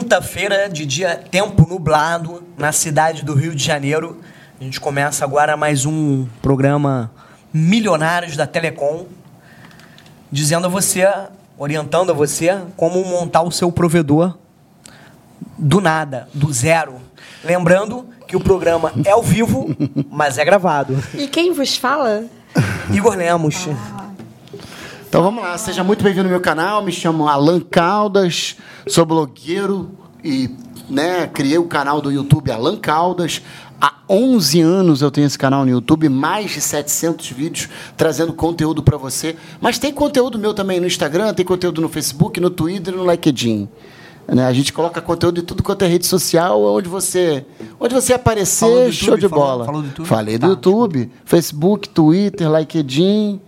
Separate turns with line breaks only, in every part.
quinta-feira de dia tempo nublado na cidade do Rio de Janeiro. A gente começa agora mais um programa Milionários da Telecom, dizendo a você, orientando a você como montar o seu provedor do nada, do zero. Lembrando que o programa é ao vivo, mas é gravado.
E quem vos fala?
Igor Lemos.
Uhum.
Então vamos lá, seja muito bem-vindo ao meu canal. Me chamo Alan Caldas, sou blogueiro e né, criei o canal do YouTube Alan Caldas. Há 11 anos eu tenho esse canal no YouTube, mais de 700 vídeos trazendo conteúdo para você. Mas tem conteúdo meu também no Instagram, tem conteúdo no Facebook, no Twitter e no LinkedIn. Né, A gente coloca conteúdo de tudo quanto é rede social, onde você, onde você aparecer,
Falou do
show
YouTube,
de
falou-
bola.
falou do YouTube?
Falei do
Tá.
YouTube, Facebook, Twitter, LinkedIn,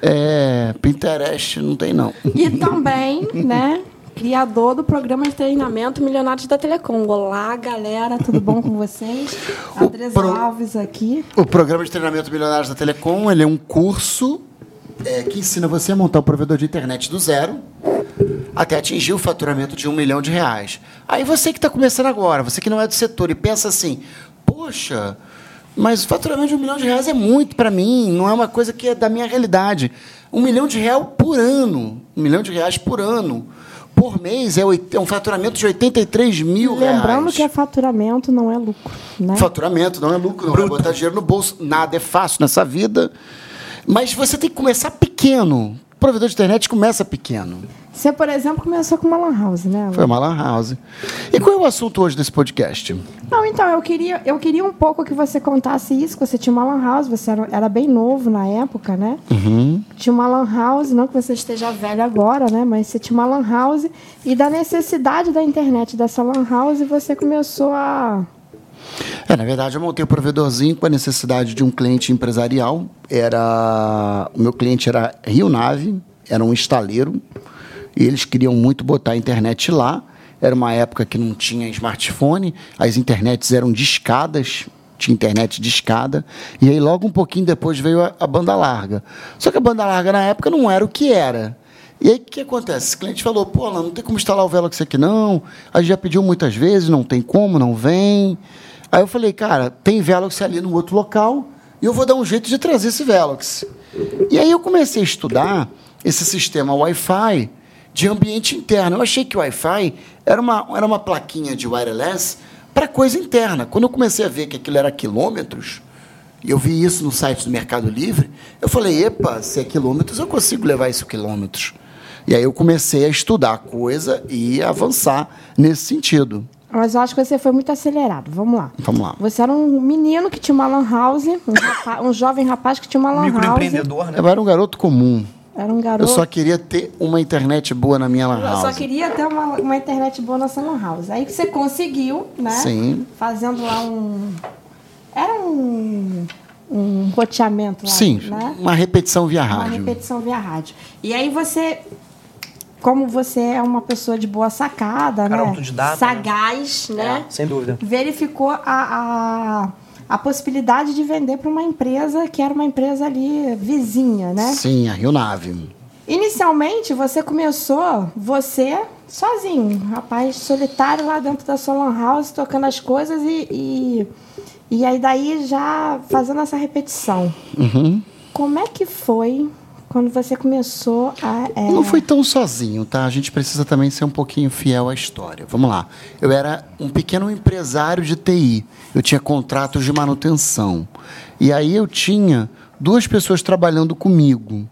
é, Pinterest, não tem não.
E também, né? Criador do programa de treinamento Milionários da Telecom. Olá, galera, tudo bom com vocês?
O
Andresa
pro-
Alves aqui.
O programa de treinamento Milionários da Telecom ele é um curso é, que ensina você a montar o provedor de internet do zero até atingir o faturamento de um milhão de reais. Aí você que está começando agora, você que não é do setor e pensa assim, poxa, mas o faturamento de um milhão de reais é muito para mim, não é uma coisa que é da minha realidade. Um milhão de real por ano, um milhão de reais por ano, por mês é, oit- é um faturamento de 83 mil
Lembrando
reais.
que é faturamento, não é lucro, né?
Faturamento, não é lucro, não é botar dinheiro no bolso. Nada é fácil nessa vida. Mas você tem que começar pequeno. O provedor de internet começa pequeno.
Você, por exemplo, começou com uma lan house, né? Alan?
Foi uma lan house. E qual é o assunto hoje desse podcast?
Não, então, eu queria, eu queria um pouco que você contasse isso, que você tinha uma lan house, você era, era bem novo na época, né?
Uhum.
Tinha uma lan house, não que você esteja velho agora, né? Mas você tinha uma lan house e da necessidade da internet dessa lan house, você começou a...
É, na verdade, eu montei o provedorzinho com a necessidade de um cliente empresarial. Era O meu cliente era Rio Nave, era um estaleiro. E eles queriam muito botar a internet lá. Era uma época que não tinha smartphone, as internets eram discadas, tinha internet discada. E aí, logo um pouquinho depois, veio a, a banda larga. Só que a banda larga, na época, não era o que era. E aí, o que acontece? O cliente falou, pô, Alan, não tem como instalar o Velox aqui, não. A gente já pediu muitas vezes, não tem como, não vem. Aí eu falei, cara, tem Velox ali no outro local e eu vou dar um jeito de trazer esse Velox. E aí eu comecei a estudar esse sistema Wi-Fi de ambiente interno. Eu achei que o Wi-Fi era uma, era uma plaquinha de wireless para coisa interna. Quando eu comecei a ver que aquilo era quilômetros, e eu vi isso no site do Mercado Livre, eu falei, epa, se é quilômetros, eu consigo levar isso quilômetros. E aí eu comecei a estudar a coisa e avançar nesse sentido.
Mas eu acho que você foi muito acelerado, vamos lá.
Vamos lá.
Você era um menino que tinha uma lan house, um, rapa- um jovem rapaz que tinha uma lan house.
Microempreendedor, né?
Eu era um garoto comum.
Era um
Eu
garoto...
só queria ter uma internet boa na minha lan
Eu só
house.
queria ter uma, uma internet boa na Summer House. Aí que você conseguiu, né?
Sim.
Fazendo lá um. Era um. Um roteamento lá.
Sim,
né?
uma repetição via
Uma
rádio.
repetição via rádio. E aí você. Como você é uma pessoa de boa sacada,
Cara
né?
autodidata, né?
Sagaz, né?
Sem dúvida.
verificou a, a, a possibilidade de vender para uma empresa que era uma empresa ali vizinha, né?
Sim, a Rio Nave.
Inicialmente, você começou você sozinho, um rapaz solitário lá dentro da sua lan house, tocando as coisas e, e, e aí daí já fazendo essa repetição.
Uhum.
Como é que foi quando você começou a... é,
Não foi tão sozinho, tá? A gente precisa também ser um pouquinho fiel à história. Vamos lá. Eu era um pequeno empresário de TI. Eu tinha contratos de manutenção. E aí eu tinha duas pessoas trabalhando comigo.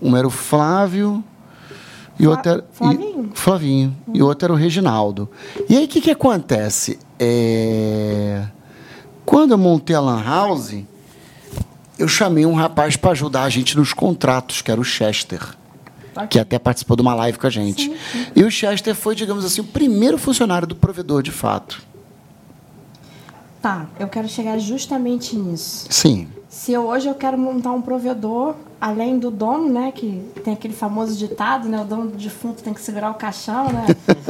Um era o Flávio e o outro era. e-
Flavinho?
Flavinho. E o outro era o Reginaldo. E aí o que, que acontece? É, Quando eu montei a Lan House, eu chamei um rapaz para ajudar a gente nos contratos, que era o Chester.
Tá
Que até participou de uma live com a gente. E o Chester foi, digamos assim, o primeiro funcionário do provedor, de fato.
Tá, eu quero chegar justamente nisso.
Sim.
Se eu, hoje eu quero montar um provedor, além do dono, né? Que tem aquele famoso ditado, né? O dono do defunto tem que segurar o caixão, né?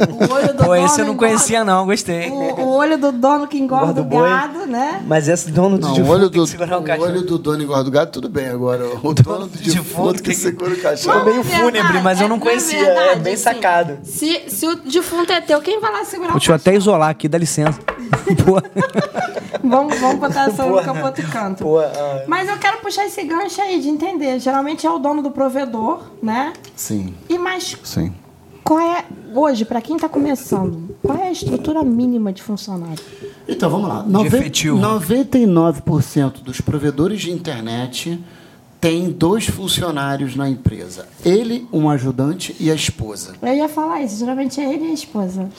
O olho
Pô, esse eu não
engorda-
conhecia, não, gostei.
O, o olho do dono que
Engorda
engorda o
o boi.
gado, né?
Mas esse dono do
Não, o
defunto
olho
tem
do,
que segurar um o
o
caixão.
olho do dono igual do gato, tudo bem. Agora, o, dono do defunto que segura o
Ficou
caixão.
meio
Verdade,
fúnebre, mas eu não
é
conhecia.
verdade,
É bem
assim.
sacado.
Se, se o defunto é teu, quem vai lá segurar
Deixa eu
o
até isolar aqui, dá licença. Pô,
Vamos, vamos botar essa boca pro outro canto.
Pô,
é,
ah,
Mas eu quero puxar esse gancho aí de entender. Geralmente é o dono do provedor, né?
Sim,
E mais
sim.
qual é hoje para quem tá começando? Qual é a estrutura mínima de funcionário?
Então, vamos lá.
De efetivo.
99% dos provedores de internet têm dois funcionários na empresa. Ele, um ajudante e a esposa.
Eu ia falar isso. Geralmente é ele e a esposa.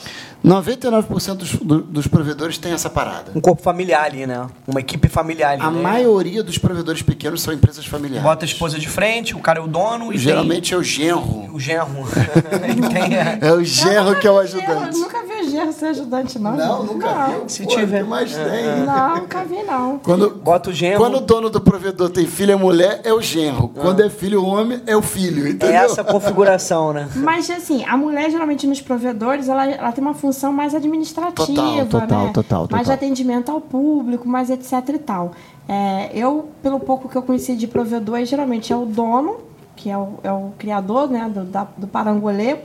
99% dos, do- dos provedores tem essa parada.
um corpo familiar ali, né? Uma equipe familiar ali.
A
né?
maioria dos provedores pequenos são empresas familiares.
Bota a esposa de frente, o cara é o dono e
Geralmente é o
tem
genro.
o genro. E tem a-
É o genro que é o ajudante.
Eu nunca vi o Gerro ser ajudante, não.
Não, nunca
não.
viu.
Se
Pô,
tiver.
que mais tem?
Não, nunca vi, não.
Quando,
Bota o genro.
quando o dono do provedor tem filho é mulher, é o genro.
Ah.
Quando é filho homem, é o filho,
é
entendeu?
essa configuração, né?
Mas, assim, a mulher, geralmente, nos provedores, ela, ela tem uma função mais administrativa,
Total, total,
né?
total,
Mais de
total.
atendimento ao público, mais etc e tal. É, eu, pelo pouco que eu conheci de provedor, geralmente é o dono, que é o, é o criador, né, do, da- do parangolê,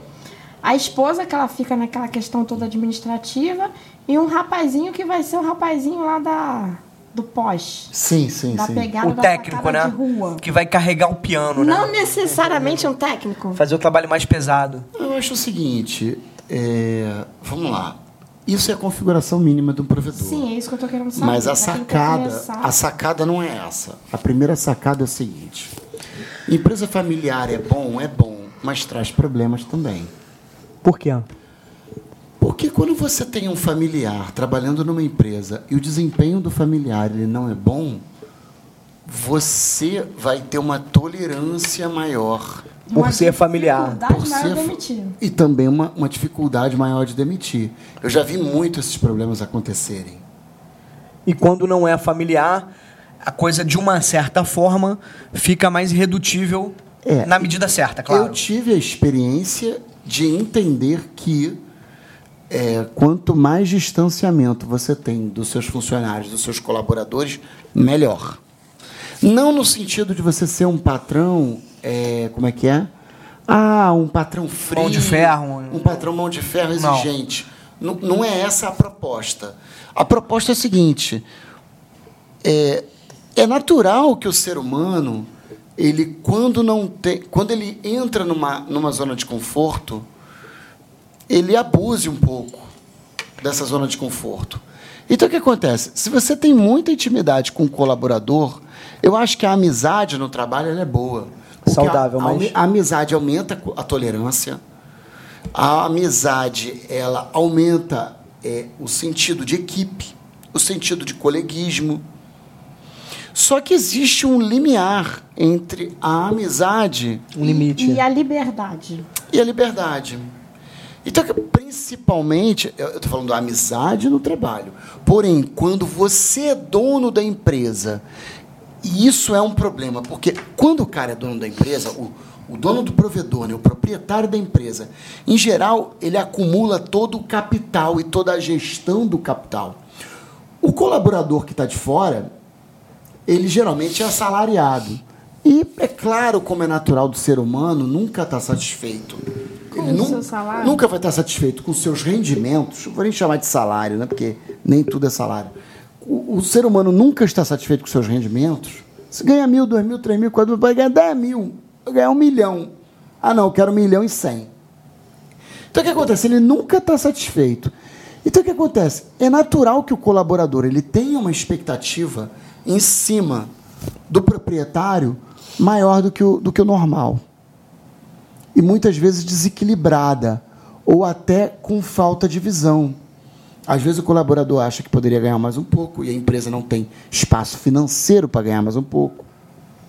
a esposa, que ela fica naquela questão toda administrativa, e um rapazinho que vai ser o rapazinho lá da, do pós.
Sim, sim,
da
sim.
pegada
o
da
técnico,
sacada
né?
de rua.
Que vai carregar o piano, né?
Não necessariamente um técnico.
Fazer o trabalho mais pesado.
Eu acho o seguinte, é, vamos lá. Isso é a configuração mínima de um provedor.
Sim, é isso que eu tô querendo saber.
Mas a
Pra quem quer
sacada,
começar.
a sacada não é essa. A primeira sacada é o seguinte: empresa familiar é bom, é bom, mas traz problemas também.
Por
Um
quê?
Porque quando você tem um familiar trabalhando numa empresa e o desempenho do familiar ele não é bom, você vai ter uma tolerância maior
Por ser familiar.
dificuldade
por
na hora
ser-
de demitir.
e também uma, uma dificuldade maior de demitir. Eu já vi muito esses problemas acontecerem.
E quando não é familiar, a coisa, de uma certa forma, fica mais irredutível
É.
na medida certa, claro.
Eu tive a experiência de entender que é, quanto mais distanciamento você tem dos seus funcionários, dos seus colaboradores, melhor. Não no sentido de você ser um patrão, é, como é que é? Ah, um patrão frio.
Mão de ferro.
Um patrão mão de ferro
Não.
exigente. Não, não é essa a proposta. A proposta é a seguinte: é, é natural que o ser humano ele quando não tem quando ele entra numa, numa zona de conforto ele abuse um pouco dessa zona de conforto então o que acontece se você tem muita intimidade com o colaborador eu acho que a amizade no trabalho ela é boa Porque
Saudável,
a, a-
mas-
a amizade aumenta a tolerância a amizade ela aumenta é, o sentido de equipe, o sentido de coleguismo. Só que existe um limiar entre a amizade
Um limite.
E a liberdade.
e a liberdade. Então, que- principalmente, eu estou falando da amizade no trabalho. Porém, quando você é dono da empresa, e isso é um problema, porque quando o cara é dono da empresa, o, o dono do provedor, né, o proprietário da empresa, em geral, ele acumula todo o capital e toda a gestão do capital. O colaborador que está de fora, ele geralmente é assalariado. E é claro, como é natural do ser humano, nunca está satisfeito.
Com
Ele
o
nun-
seu salário?
Nunca vai estar satisfeito com seus rendimentos. Não Vou nem chamar de salário, né? Porque nem tudo é salário. O, o ser humano nunca está satisfeito com seus rendimentos. Se ganha mil, dois mil, três mil, quatro mil, vai ganhar dez mil, vai ganhar um milhão. Ah, não, eu quero um milhão e cem. Então o que acontece? Ele nunca está satisfeito. Então o que acontece? É natural que o colaborador ele tenha uma expectativa em cima do proprietário maior do que o, do que o normal. E muitas vezes desequilibrada, ou até com falta de visão. Às vezes o colaborador acha que poderia ganhar mais um pouco e a empresa não tem espaço financeiro para ganhar mais um pouco.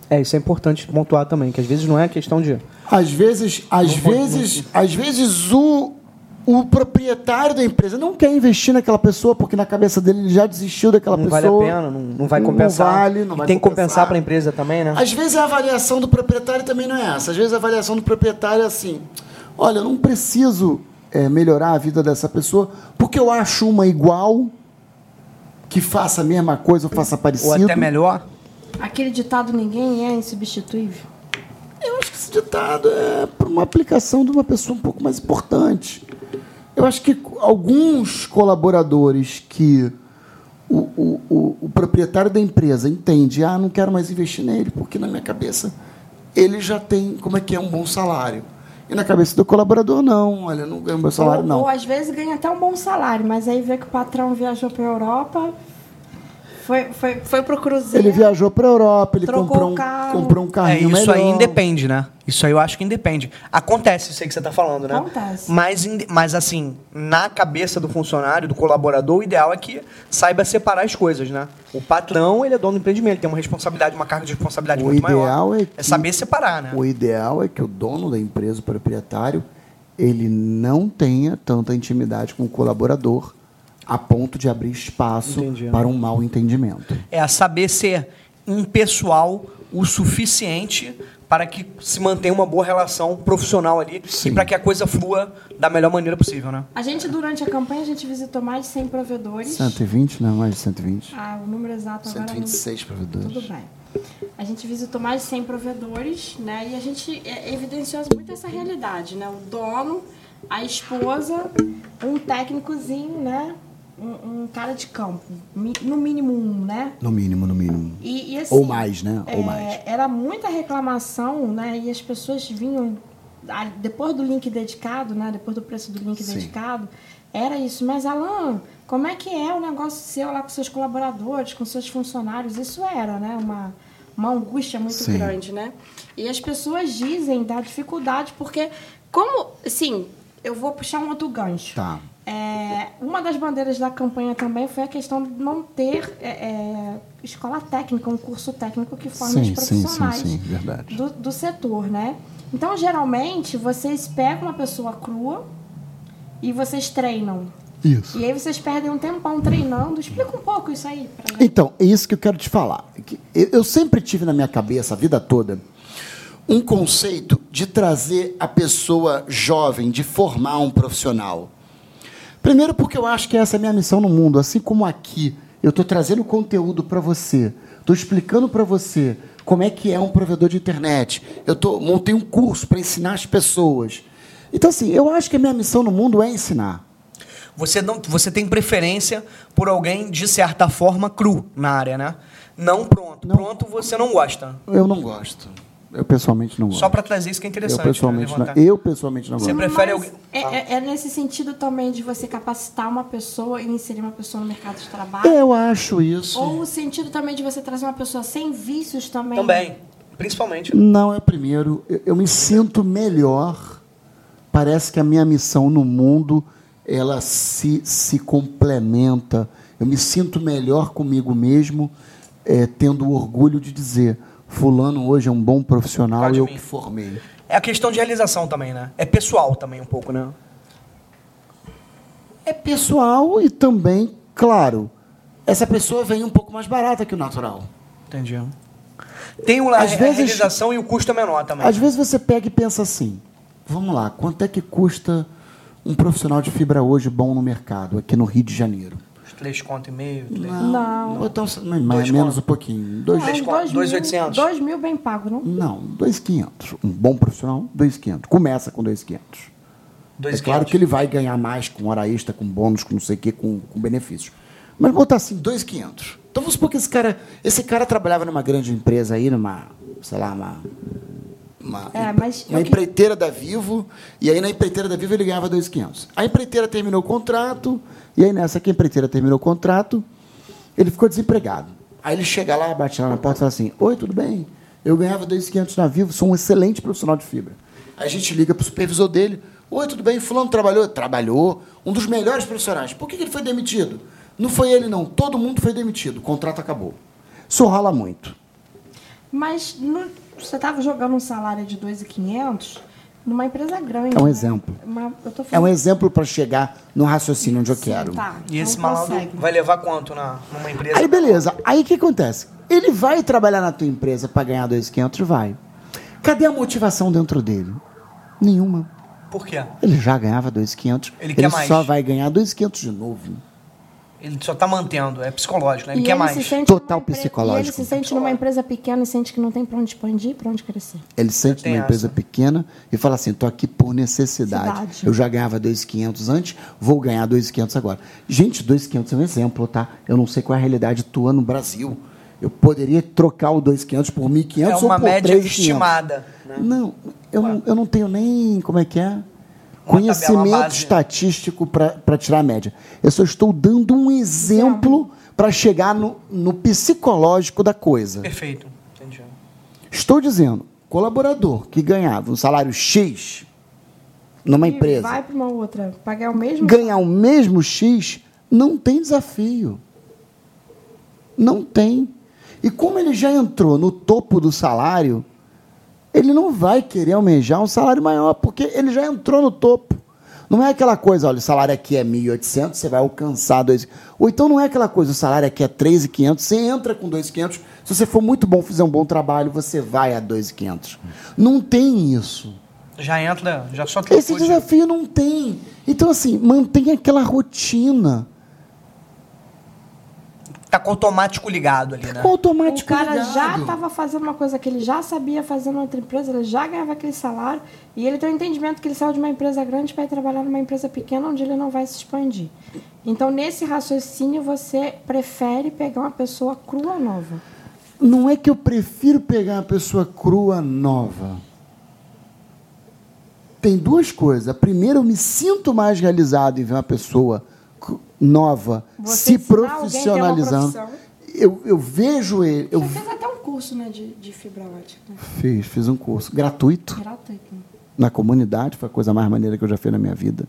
É, isso é importante pontuar também, que às vezes não é questão de.
Às vezes, às vezes, às vezes o o proprietário da empresa não quer investir naquela pessoa porque na cabeça dele ele já desistiu daquela
Não
pessoa.
vale a pena, não, não vai compensar.
Não vale, não
e
vai
tem que compensar para a empresa também, né?
Às vezes a avaliação do proprietário também não é essa. Às vezes a avaliação do proprietário é assim: olha, eu não preciso eh, melhorar a vida dessa pessoa porque eu acho uma igual que faça a mesma coisa ou faça parecido.
Ou até melhor.
Aquele ditado ninguém é insubstituível.
Eu acho que esse ditado é para uma aplicação de uma pessoa um pouco mais importante. Eu acho que alguns colaboradores que o, o- o- o proprietário da empresa entende, ah, não quero mais investir nele, porque na minha cabeça ele já tem, como é que é, um bom salário. E na cabeça do colaborador, não, olha, não ganha um bom salário,
ou, ou
não.
às vezes ganha até um bom salário, mas aí vê que o patrão viajou pra Europa, foi, foi, foi pro Cruzeiro.
Ele viajou para a Europa, ele
é, Trocou
comprou
o
um,
carro.
comprou um
É,
carrinho
isso aí
melhor.
independe, né? Isso aí eu acho que independe. Acontece isso aí que você tá falando, né?
Acontece.
Mas, inde- mas assim, na cabeça do funcionário, do colaborador, o ideal é que saiba separar as coisas, né? O patrão, ele é dono do empreendimento, ele tem uma responsabilidade, uma carga de responsabilidade
O
muito
ideal
maior.
é
é
que-
saber separar, né?
O ideal é que o dono da empresa, o proprietário, ele não tenha tanta intimidade com o colaborador a ponto de abrir espaço
Entendi.
para um mal entendimento.
É saber ser impessoal o suficiente para que se mantenha uma boa relação profissional ali e
Sim.
para que a coisa flua da melhor maneira possível, né?
A gente, durante a campanha, a gente visitou mais de 100 provedores.
120, não é mais de 120?
Ah, o número exato agora eu não...
126
Tudo
provedores.
bem. A gente visitou mais de 100 provedores, né? E a gente é, evidenciou muito essa realidade, né? O dono, a esposa, um técnicozinho, né? Um, um cara de campo. Mi- No mínimo um, né?
No mínimo, no mínimo.
E, e assim,
Ou mais, né? Ou
é,
mais.
Era muita reclamação, né? E as pessoas vinham. ah, Depois do link dedicado, né? Depois do preço do link
Sim.
dedicado, era isso. Mas, Alan, como é que é o negócio seu lá com seus colaboradores, com seus funcionários? Isso era, né? Uma, uma angústia muito
Sim.
grande, né? E as pessoas dizem da dificuldade, porque como. Sim, eu vou puxar um outro gancho.
Tá.
É, uma das bandeiras da campanha também foi a questão de não ter é, é, escola técnica, um curso técnico que forme os
Sim, sim, sim,
profissionais
sim, verdade.
Do, do setor, né? Então, geralmente, vocês pegam uma pessoa crua e vocês treinam.
Isso.
E aí vocês perdem um tempão treinando. Explica um pouco isso aí pra gente.
Então, é isso que eu quero te falar. Que Eu eu sempre tive na minha cabeça, a vida toda, um conceito de trazer a pessoa jovem, de formar um profissional. Primeiro, porque eu acho que essa é a minha missão no mundo. Assim como aqui, eu estou trazendo conteúdo para você, estou explicando para você como é que é um provedor de internet. Eu tô, montei um curso para ensinar as pessoas. Então, assim, eu acho que a minha missão no mundo é ensinar.
Você, não, você tem preferência por alguém, de certa forma, cru na área, né? Não pronto. Pronto você não gosta.
Eu não gosto. Eu pessoalmente não gosto.
Só pra trazer isso que é interessante.
Eu
né,
pessoalmente, não,
levantar.
eu pessoalmente não
Você
gosto.
prefere
Mas
alguém.
é, é- é nesse sentido também de você capacitar uma pessoa e inserir uma pessoa no mercado de trabalho?
Eu acho isso.
Ou o sentido também de você trazer uma pessoa sem vícios também?
Também. Principalmente.
Não é o primeiro. Eu, eu me sinto melhor. Parece que a minha missão no mundo ela se, se complementa. Eu me sinto melhor comigo mesmo, eh, tendo o orgulho de dizer: Fulano hoje é um bom profissional
Pode
e eu
mim.
que formei.
É a questão de realização também, né? É pessoal também um pouco, né?
É pessoal e também, claro, essa pessoa vem um pouco mais barata que o natural.
Entendi. Tem o, a,
Às
a
vezes-
realização e o custo é menor também.
Às vezes você pega e pensa assim: vamos lá, quanto é que custa um profissional de fibra hoje bom no mercado, aqui no Rio de Janeiro?
Uns Três conto e meio. Três...
Não.
Ou então, mais,
Dois
menos
conto.
um pouquinho. Dois,
Não. Dois
Uns
quatro,
dois
dois
mil-
oitocentos.
dois mil bem pago, não?
não, 2,500. Um bom profissional, 2,500. Começa com 2,500.
Dois
É claro
quinhentos.
que ele vai ganhar mais com hora extra, com bônus, com não sei o quê, com, com benefícios. Mas botar assim, 2,500. Então vamos supor que esse cara, esse cara trabalhava numa grande empresa aí, numa, sei lá, uma, uma,
É,
empre-
mas
uma
eu que-
empreiteira da Vivo, e aí na empreiteira da Vivo ele ganhava 2,500. A empreiteira terminou o contrato, e aí nessa que a empreiteira terminou o contrato, ele ficou desempregado. Aí ele chega lá, bate lá na porta e fala assim: Oi, tudo bem? Eu ganhava 2,500 na Vivo, sou um excelente profissional de fibra. Aí a gente liga pro supervisor dele: Oi, tudo bem? Fulano trabalhou? Trabalhou. Um dos melhores profissionais. Por que que ele foi demitido? Não foi ele, não. Todo mundo foi demitido. O contrato acabou. Isso rola muito.
Mas no- você estava jogando um salário de 2.500 numa empresa grande.
É um
né?
exemplo.
Uma- eu tô
É
falando,
um exemplo para chegar no raciocínio onde eu quero.
Tá,
E esse
não
malandro né,
consegue.
vai levar quanto na, numa empresa?
Aí beleza. Aí o que acontece? Ele vai trabalhar na tua empresa para ganhar 2,500? Vai. Cadê a motivação dentro dele? Nenhuma.
Por quê?
Ele já ganhava 2,500.
Ele quer mais.
só vai ganhar 2,500 de novo.
Ele só tá mantendo, é psicológico, né? Ele
E
quer mais.
se sente
Total
numa empre-
psicológico.
E ele se sente numa empresa pequena e sente que não tem pra onde expandir, pra onde crescer.
Ele sente
tenho
numa empresa
essa.
pequena e fala assim: tô aqui por necessidade.
Cidade.
Eu já ganhava 2,500 antes, vou ganhar 2,500 agora. Gente, 2,500 é um exemplo, tá? Eu não sei qual é a realidade tua no Brasil. Eu poderia trocar o 2,500 por 1.500
É
ou
uma
por
média
3.500.
estimada.
Não, eu não, eu não tenho nem. Como é que é?
Né? Uma tabela
Conhecimento
base.
estatístico para tirar a média. Eu só estou dando um exemplo para chegar no, no psicológico da coisa.
Perfeito. Entendi.
Estou dizendo, colaborador que ganhava um salário X numa
E vai
empresa,
pra uma outra, pagar o mesmo.
ganhar o mesmo X não tem desafio. Não tem. E como ele já entrou no topo do salário, ele não vai querer almejar um salário maior, porque ele já entrou no topo. Não é aquela coisa, olha, o salário aqui é 1.800, você vai alcançar 2... Ou então não é aquela coisa, o salário aqui é 3.500, você entra com 2.500, se você for muito bom, fizer um bom trabalho, você vai a 2.500. Não tem isso.
Já entra, já só trocou
Esse
de-
desafio não tem. Então, assim, mantenha aquela rotina.
Tá com o automático ligado ali, né?
Com o
O
automático é
cara
ligado.
já tá estava fazendo uma coisa que ele já sabia fazer em outra empresa, ele já ganhava aquele salário, e ele tem o entendimento que ele saiu de uma empresa grande para ir trabalhar numa empresa pequena onde ele não vai se expandir. Então, nesse raciocínio, você prefere pegar uma pessoa crua nova.
Não é que eu prefiro pegar uma pessoa crua nova. Tem duas coisas. A primeira, eu me sinto mais realizado em ver uma pessoa cru- nova
Você
se
ensinar alguém a ter uma
profissionalizando.
profissão.
Eu, eu vejo ele. Eu
Você fez até um curso né, de, de fibra ótica, né?
fiz, fiz um curso gratuito
gratuito. né?
na comunidade. Foi a coisa mais maneira que eu já fiz na minha vida.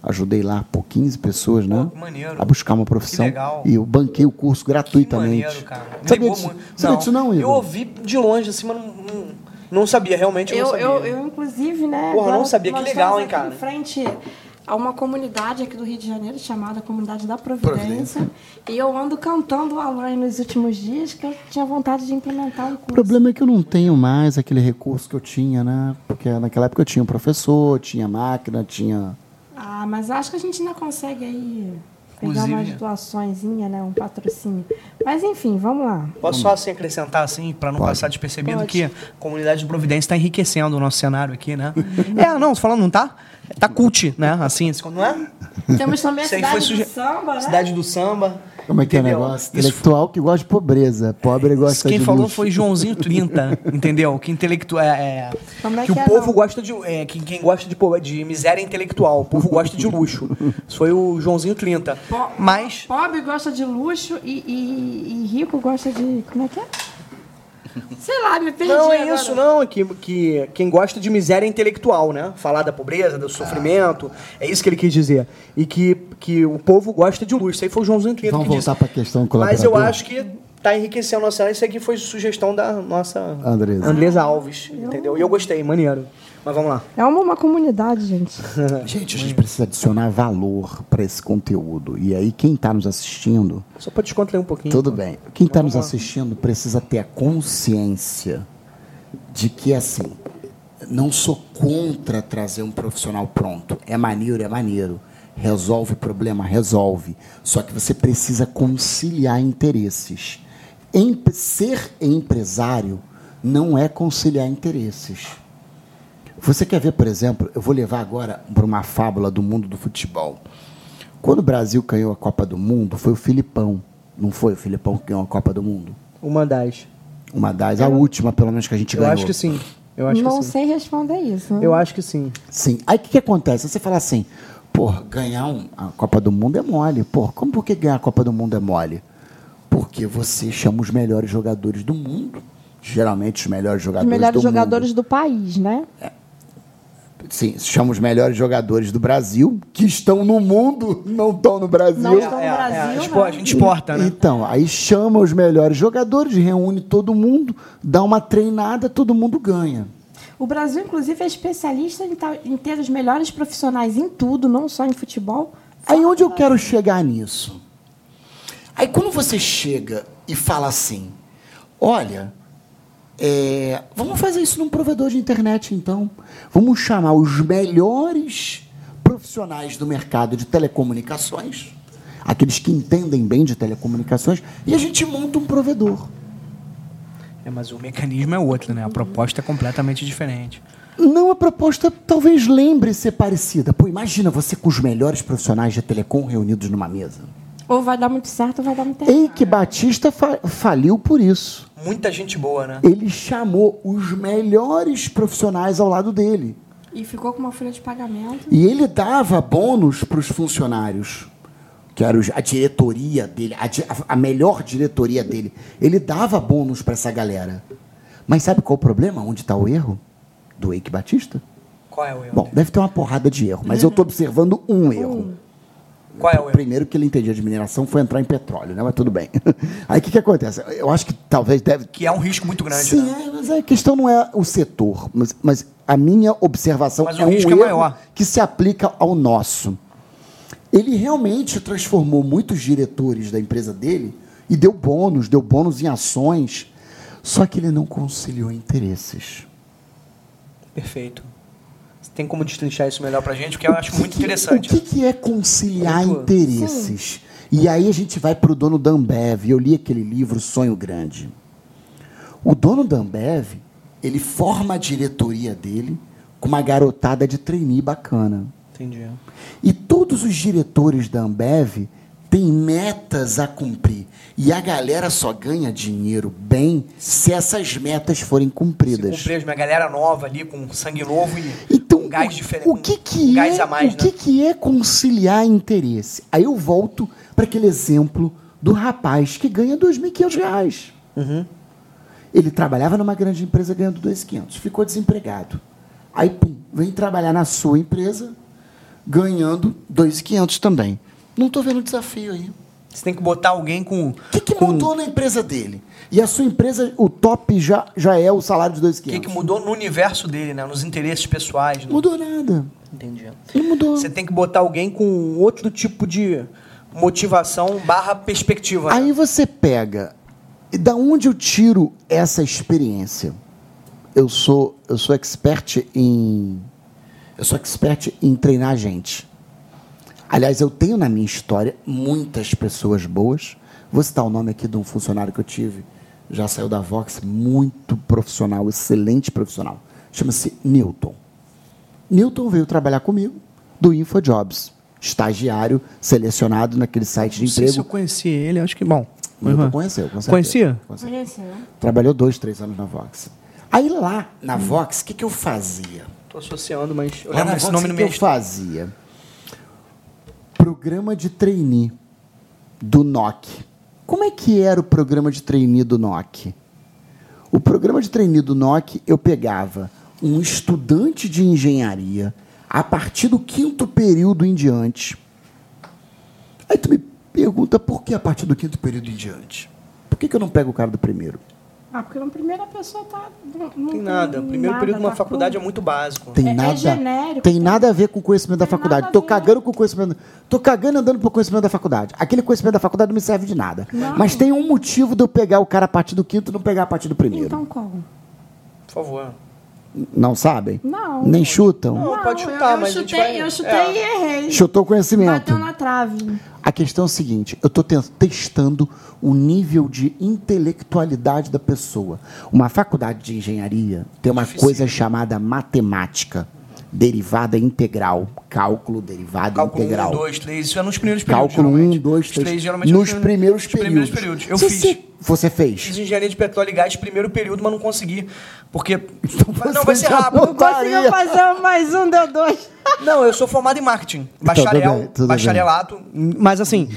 Ajudei lá por 15 pessoas, né?
que maneiro.
A buscar uma profissão.
Que legal.
E eu banquei o curso gratuitamente.
Que maneiro, cara. Me
Sabia
ligou
disso,
muito.
sabia disso não,
Eu
Igor?
ouvi de longe, assim, mas não, não, não sabia, realmente eu,
Eu,
não
eu,
sabia.
eu, inclusive, né?
Porra,
agora
não sabia, que
nós
legal,
estamos
hein,
aqui
cara?
Em frente a uma comunidade aqui do Rio de Janeiro chamada Comunidade da Providência. E eu ando cantando o Alain nos últimos dias que eu tinha vontade de implementar um
O
curso.
problema é que eu não tenho mais aquele recurso que eu tinha, né? Porque naquela época eu tinha um professor, tinha máquina, tinha.
Ah, mas eu acho que a gente ainda consegue aí pegar
Inclusive-
umas doaçõezinha, né? Um patrocínio. Mas enfim, vamos lá.
Posso só assim acrescentar, assim, para não passar despercebido,
Pode.
que a comunidade de Providência está enriquecendo o nosso cenário aqui, né?
Uhum.
é, não, tô falando, não tá? Tá cult, né? Assim, assim, não é?
Temos também a
Isso aí
cidade
foi
do
suge-
samba, né?
Cidade do samba.
Como é que é o
entendeu?
negócio?
Isso
Intelectual que gosta de pobreza. Pobre gosta
Quem
de.
falou
luxo.
foi Joãozinho 30, entendeu? Que intelectual é,
Como é
que, o
que é,
povo
não?
gosta de é, que quem gosta de, po- de miséria intelectual, o povo gosta de luxo. Isso foi o Joãozinho 30.
Po-
Mas
Pobre gosta de luxo e, e- e rico gosta de. Como é que é? Sei lá, me perdi.
não é
agora.
isso não, é que, que quem gosta de miséria intelectual, né? Falar da pobreza, do sofrimento, é isso que ele quis dizer. E que, que o povo gosta de luxo. Isso aí foi o Joãozinho 30
Vamos
que disse.
voltar pra questão do
Mas eu
colaborador?
acho que tá enriquecendo a nossa área. Isso aqui foi sugestão da nossa
Andresa.
Alves, entendeu? E eu gostei, maneiro. Mas vamos lá.
É uma, uma comunidade, gente.
Gente, É. a gente precisa adicionar valor para esse conteúdo. E aí, quem está nos assistindo,
Só pra descontrair um pouquinho.
Tudo bem. Quem está nos assistindo precisa ter a consciência de que, assim, não sou contra trazer um profissional pronto. É maneiro, é maneiro. Resolve problema, resolve. Só que você precisa conciliar interesses. Em- ser empresário não é conciliar interesses. Você quer ver, por exemplo, eu vou levar agora para uma fábula do mundo do futebol. Quando o Brasil ganhou a Copa do Mundo, foi o Filipão. Não foi o Filipão que ganhou a Copa do Mundo?
Uma das.
Uma das, a última, pelo menos, que a gente
Eu
ganhou.
acho que sim. Eu acho
não
que sim.
sei responder isso. né?
Eu acho que sim.
Sim. Aí o que, que acontece? Você fala assim, porra, ganhar um- a Copa do Mundo é mole. Porra, como por que ganhar a Copa do Mundo é mole? Porque você chama os melhores jogadores do mundo. Geralmente os melhores
Os
jogadores
melhores
do
jogadores
mundo.
do país, né?
Sim, chama os melhores jogadores do Brasil, que estão no mundo, não estão no Brasil.
Não estão no Brasil,
expo-
né?
É, a gente exporta, né?
Então, aí chama os melhores jogadores, reúne todo mundo, dá uma treinada, todo mundo ganha.
O Brasil, inclusive, é especialista em, ta- em ter os melhores profissionais em tudo, não só em futebol.
Aí onde eu quero chegar nisso? Aí quando você chega e fala assim, olha, é, vamos fazer isso num provedor de internet então. Vamos chamar os melhores profissionais do mercado de telecomunicações, aqueles que entendem bem de telecomunicações, e a gente monta um provedor.
É, mas o mecanismo é outro, né? A proposta é completamente diferente.
Não, a proposta talvez lembre ser parecida. Pô, imagina você com os melhores profissionais de telecom reunidos numa mesa.
Ou vai dar muito certo ou vai dar muito errado.
Eike Batista fa- faliu por isso.
Muita gente boa, né?
ele chamou os melhores profissionais ao lado dele.
E ficou com uma folha de pagamento.
E ele dava bônus para os funcionários, que era os- a diretoria dele, a, di- a melhor diretoria dele. Ele dava bônus para essa galera. Mas sabe qual o problema? Onde está o erro do Eike Batista?
Qual é o erro?
Bom,
dele?
deve ter uma porrada de erro, mas eu estou observando um erro.
Qual é o
O
erro?
primeiro que ele entendia de mineração foi entrar em petróleo, né? Mas tudo bem. Aí o que, que acontece? Eu acho que talvez deve,
Que é um risco muito grande,
Sim,
né?
é, mas a questão não é o setor, mas, mas a minha observação
Mas o
é um
risco é
erro
maior.
que se aplica ao nosso. Ele realmente transformou muitos diretores da empresa dele e deu bônus, deu bônus em ações, só que ele não conciliou interesses.
Perfeito. Você tem como destrinchar isso melhor pra gente? Porque eu acho muito interessante.
O que, que é conciliar
Muito.
interesses? E aí a gente vai para o dono da Ambev. Eu li aquele livro Sonho Grande. O dono da Ambev, ele forma a diretoria dele com uma garotada de trainee bacana.
Entendi.
E todos os diretores da Ambev têm metas a cumprir. E a galera só ganha dinheiro bem se essas metas forem
Se
cumpridas.
cumprir uma galera nova ali, com sangue novo e
Então,
com Um gás
o-
diferente.
o que que
com
é,
gás a mais,
o que
né?
que é conciliar interesse? Aí eu volto para aquele exemplo do rapaz que ganha R$ 2.500 reais.
Uhum.
Ele trabalhava numa grande empresa ganhando 2.500, ficou desempregado. Aí, pum, vem trabalhar na sua empresa ganhando 2.500 também. Não estou vendo desafio aí.
Você tem que botar alguém com...
O que, que mudou na empresa dele? E a sua empresa, o top já, já é o salário de 2.500.
O que, que mudou no universo dele, né? Nos interesses pessoais, né?
Mudou nada.
Entendi.
Não mudou.
Você tem que botar alguém com outro tipo de motivação barra perspectiva. né?
Aí você pega, e da onde eu tiro essa experiência? Eu sou, eu sou expert em eu sou expert em treinar gente. Aliás, eu tenho na minha história muitas pessoas boas. Vou citar o nome aqui de um funcionário que eu tive, já saiu da Vox, muito profissional, excelente profissional. Chama-se Newton. Newton veio trabalhar comigo do InfoJobs, estagiário selecionado naquele site de
Não sei se
emprego
eu conheci ele, acho que. Bom.
Newton
uhum.
conheceu, com certeza.
Conhecia?
Com certeza.
Conheceu?
Trabalhou dois, três anos na Vox. Aí lá na Vox, o que, que eu fazia?
Tô associando, mas... Eu
Lá
lembro
na
esse
Vox, o
nome
que,
no
que
meio.
eu fazia? Programa de trainee do NOC. Como é que era o programa de trainee do NOC? O programa de trainee do NOC, eu pegava um estudante de engenharia a partir do quinto período em diante. Aí tu me pergunta por que a partir do quinto período em diante? Por que, que eu não pego o cara do primeiro?
Ah, porque na primeira pessoa tá. Não, não
Tem nada. O primeiro
nada,
período de uma
tá
faculdade é
cru.
muito básico.
Tem
É- é
nada,
genérico,
tem
tem-
nada a ver com o conhecimento da
tem nada
faculdade.
a
Tô
ver.
cagando com o conhecimento. Tô cagando andando pro conhecimento da faculdade. Aquele conhecimento da faculdade não me serve de nada.
Não.
Mas tem um motivo de eu pegar o cara a partir do quinto e não pegar a partir do
um
primeiro.
Então qual?
Por favor.
Não sabem?
Então- Não.
Nem chutam?
Não. pode
eu-
chutar,
eu,
mas a gente
chutei,
vai-
eu chutei
é.
e errei.
Chutou o conhecimento.
Bateu na trave.
A questão é o seguinte: eu estou testando o nível de intelectualidade da pessoa. Uma faculdade de engenharia tem uma coisa chamada matemática, derivada integral, cálculo derivado
Cálculo 1,
integral.
2, 3, isso é nos primeiros períodos.
Cálculo 1,
geralmente.
2,
Os
3.
geralmente,
Nos
é
primeiros
nos primeiros
períodos.
períodos. Eu
Se
fiz.
você- Você fez?
Fiz engenharia de petróleo e gás, primeiro período, mas não consegui. Porque. não,
Então você
vai ser
já
rápido.
não- tá
Conseguiu
Maria.
fazer um mais um, deu dois.
Não, eu sou formado em marketing. Bacharel,
bem, tudo bem.
bacharelato. Mas assim,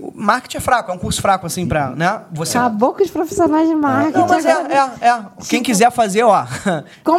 o marketing é fraco, é um curso fraco, assim, pra. Né? Você.
Acabou com os profissionais de marketing.
Não, mas é,
agora-
é, é. Quem quiser fazer, ó.
Como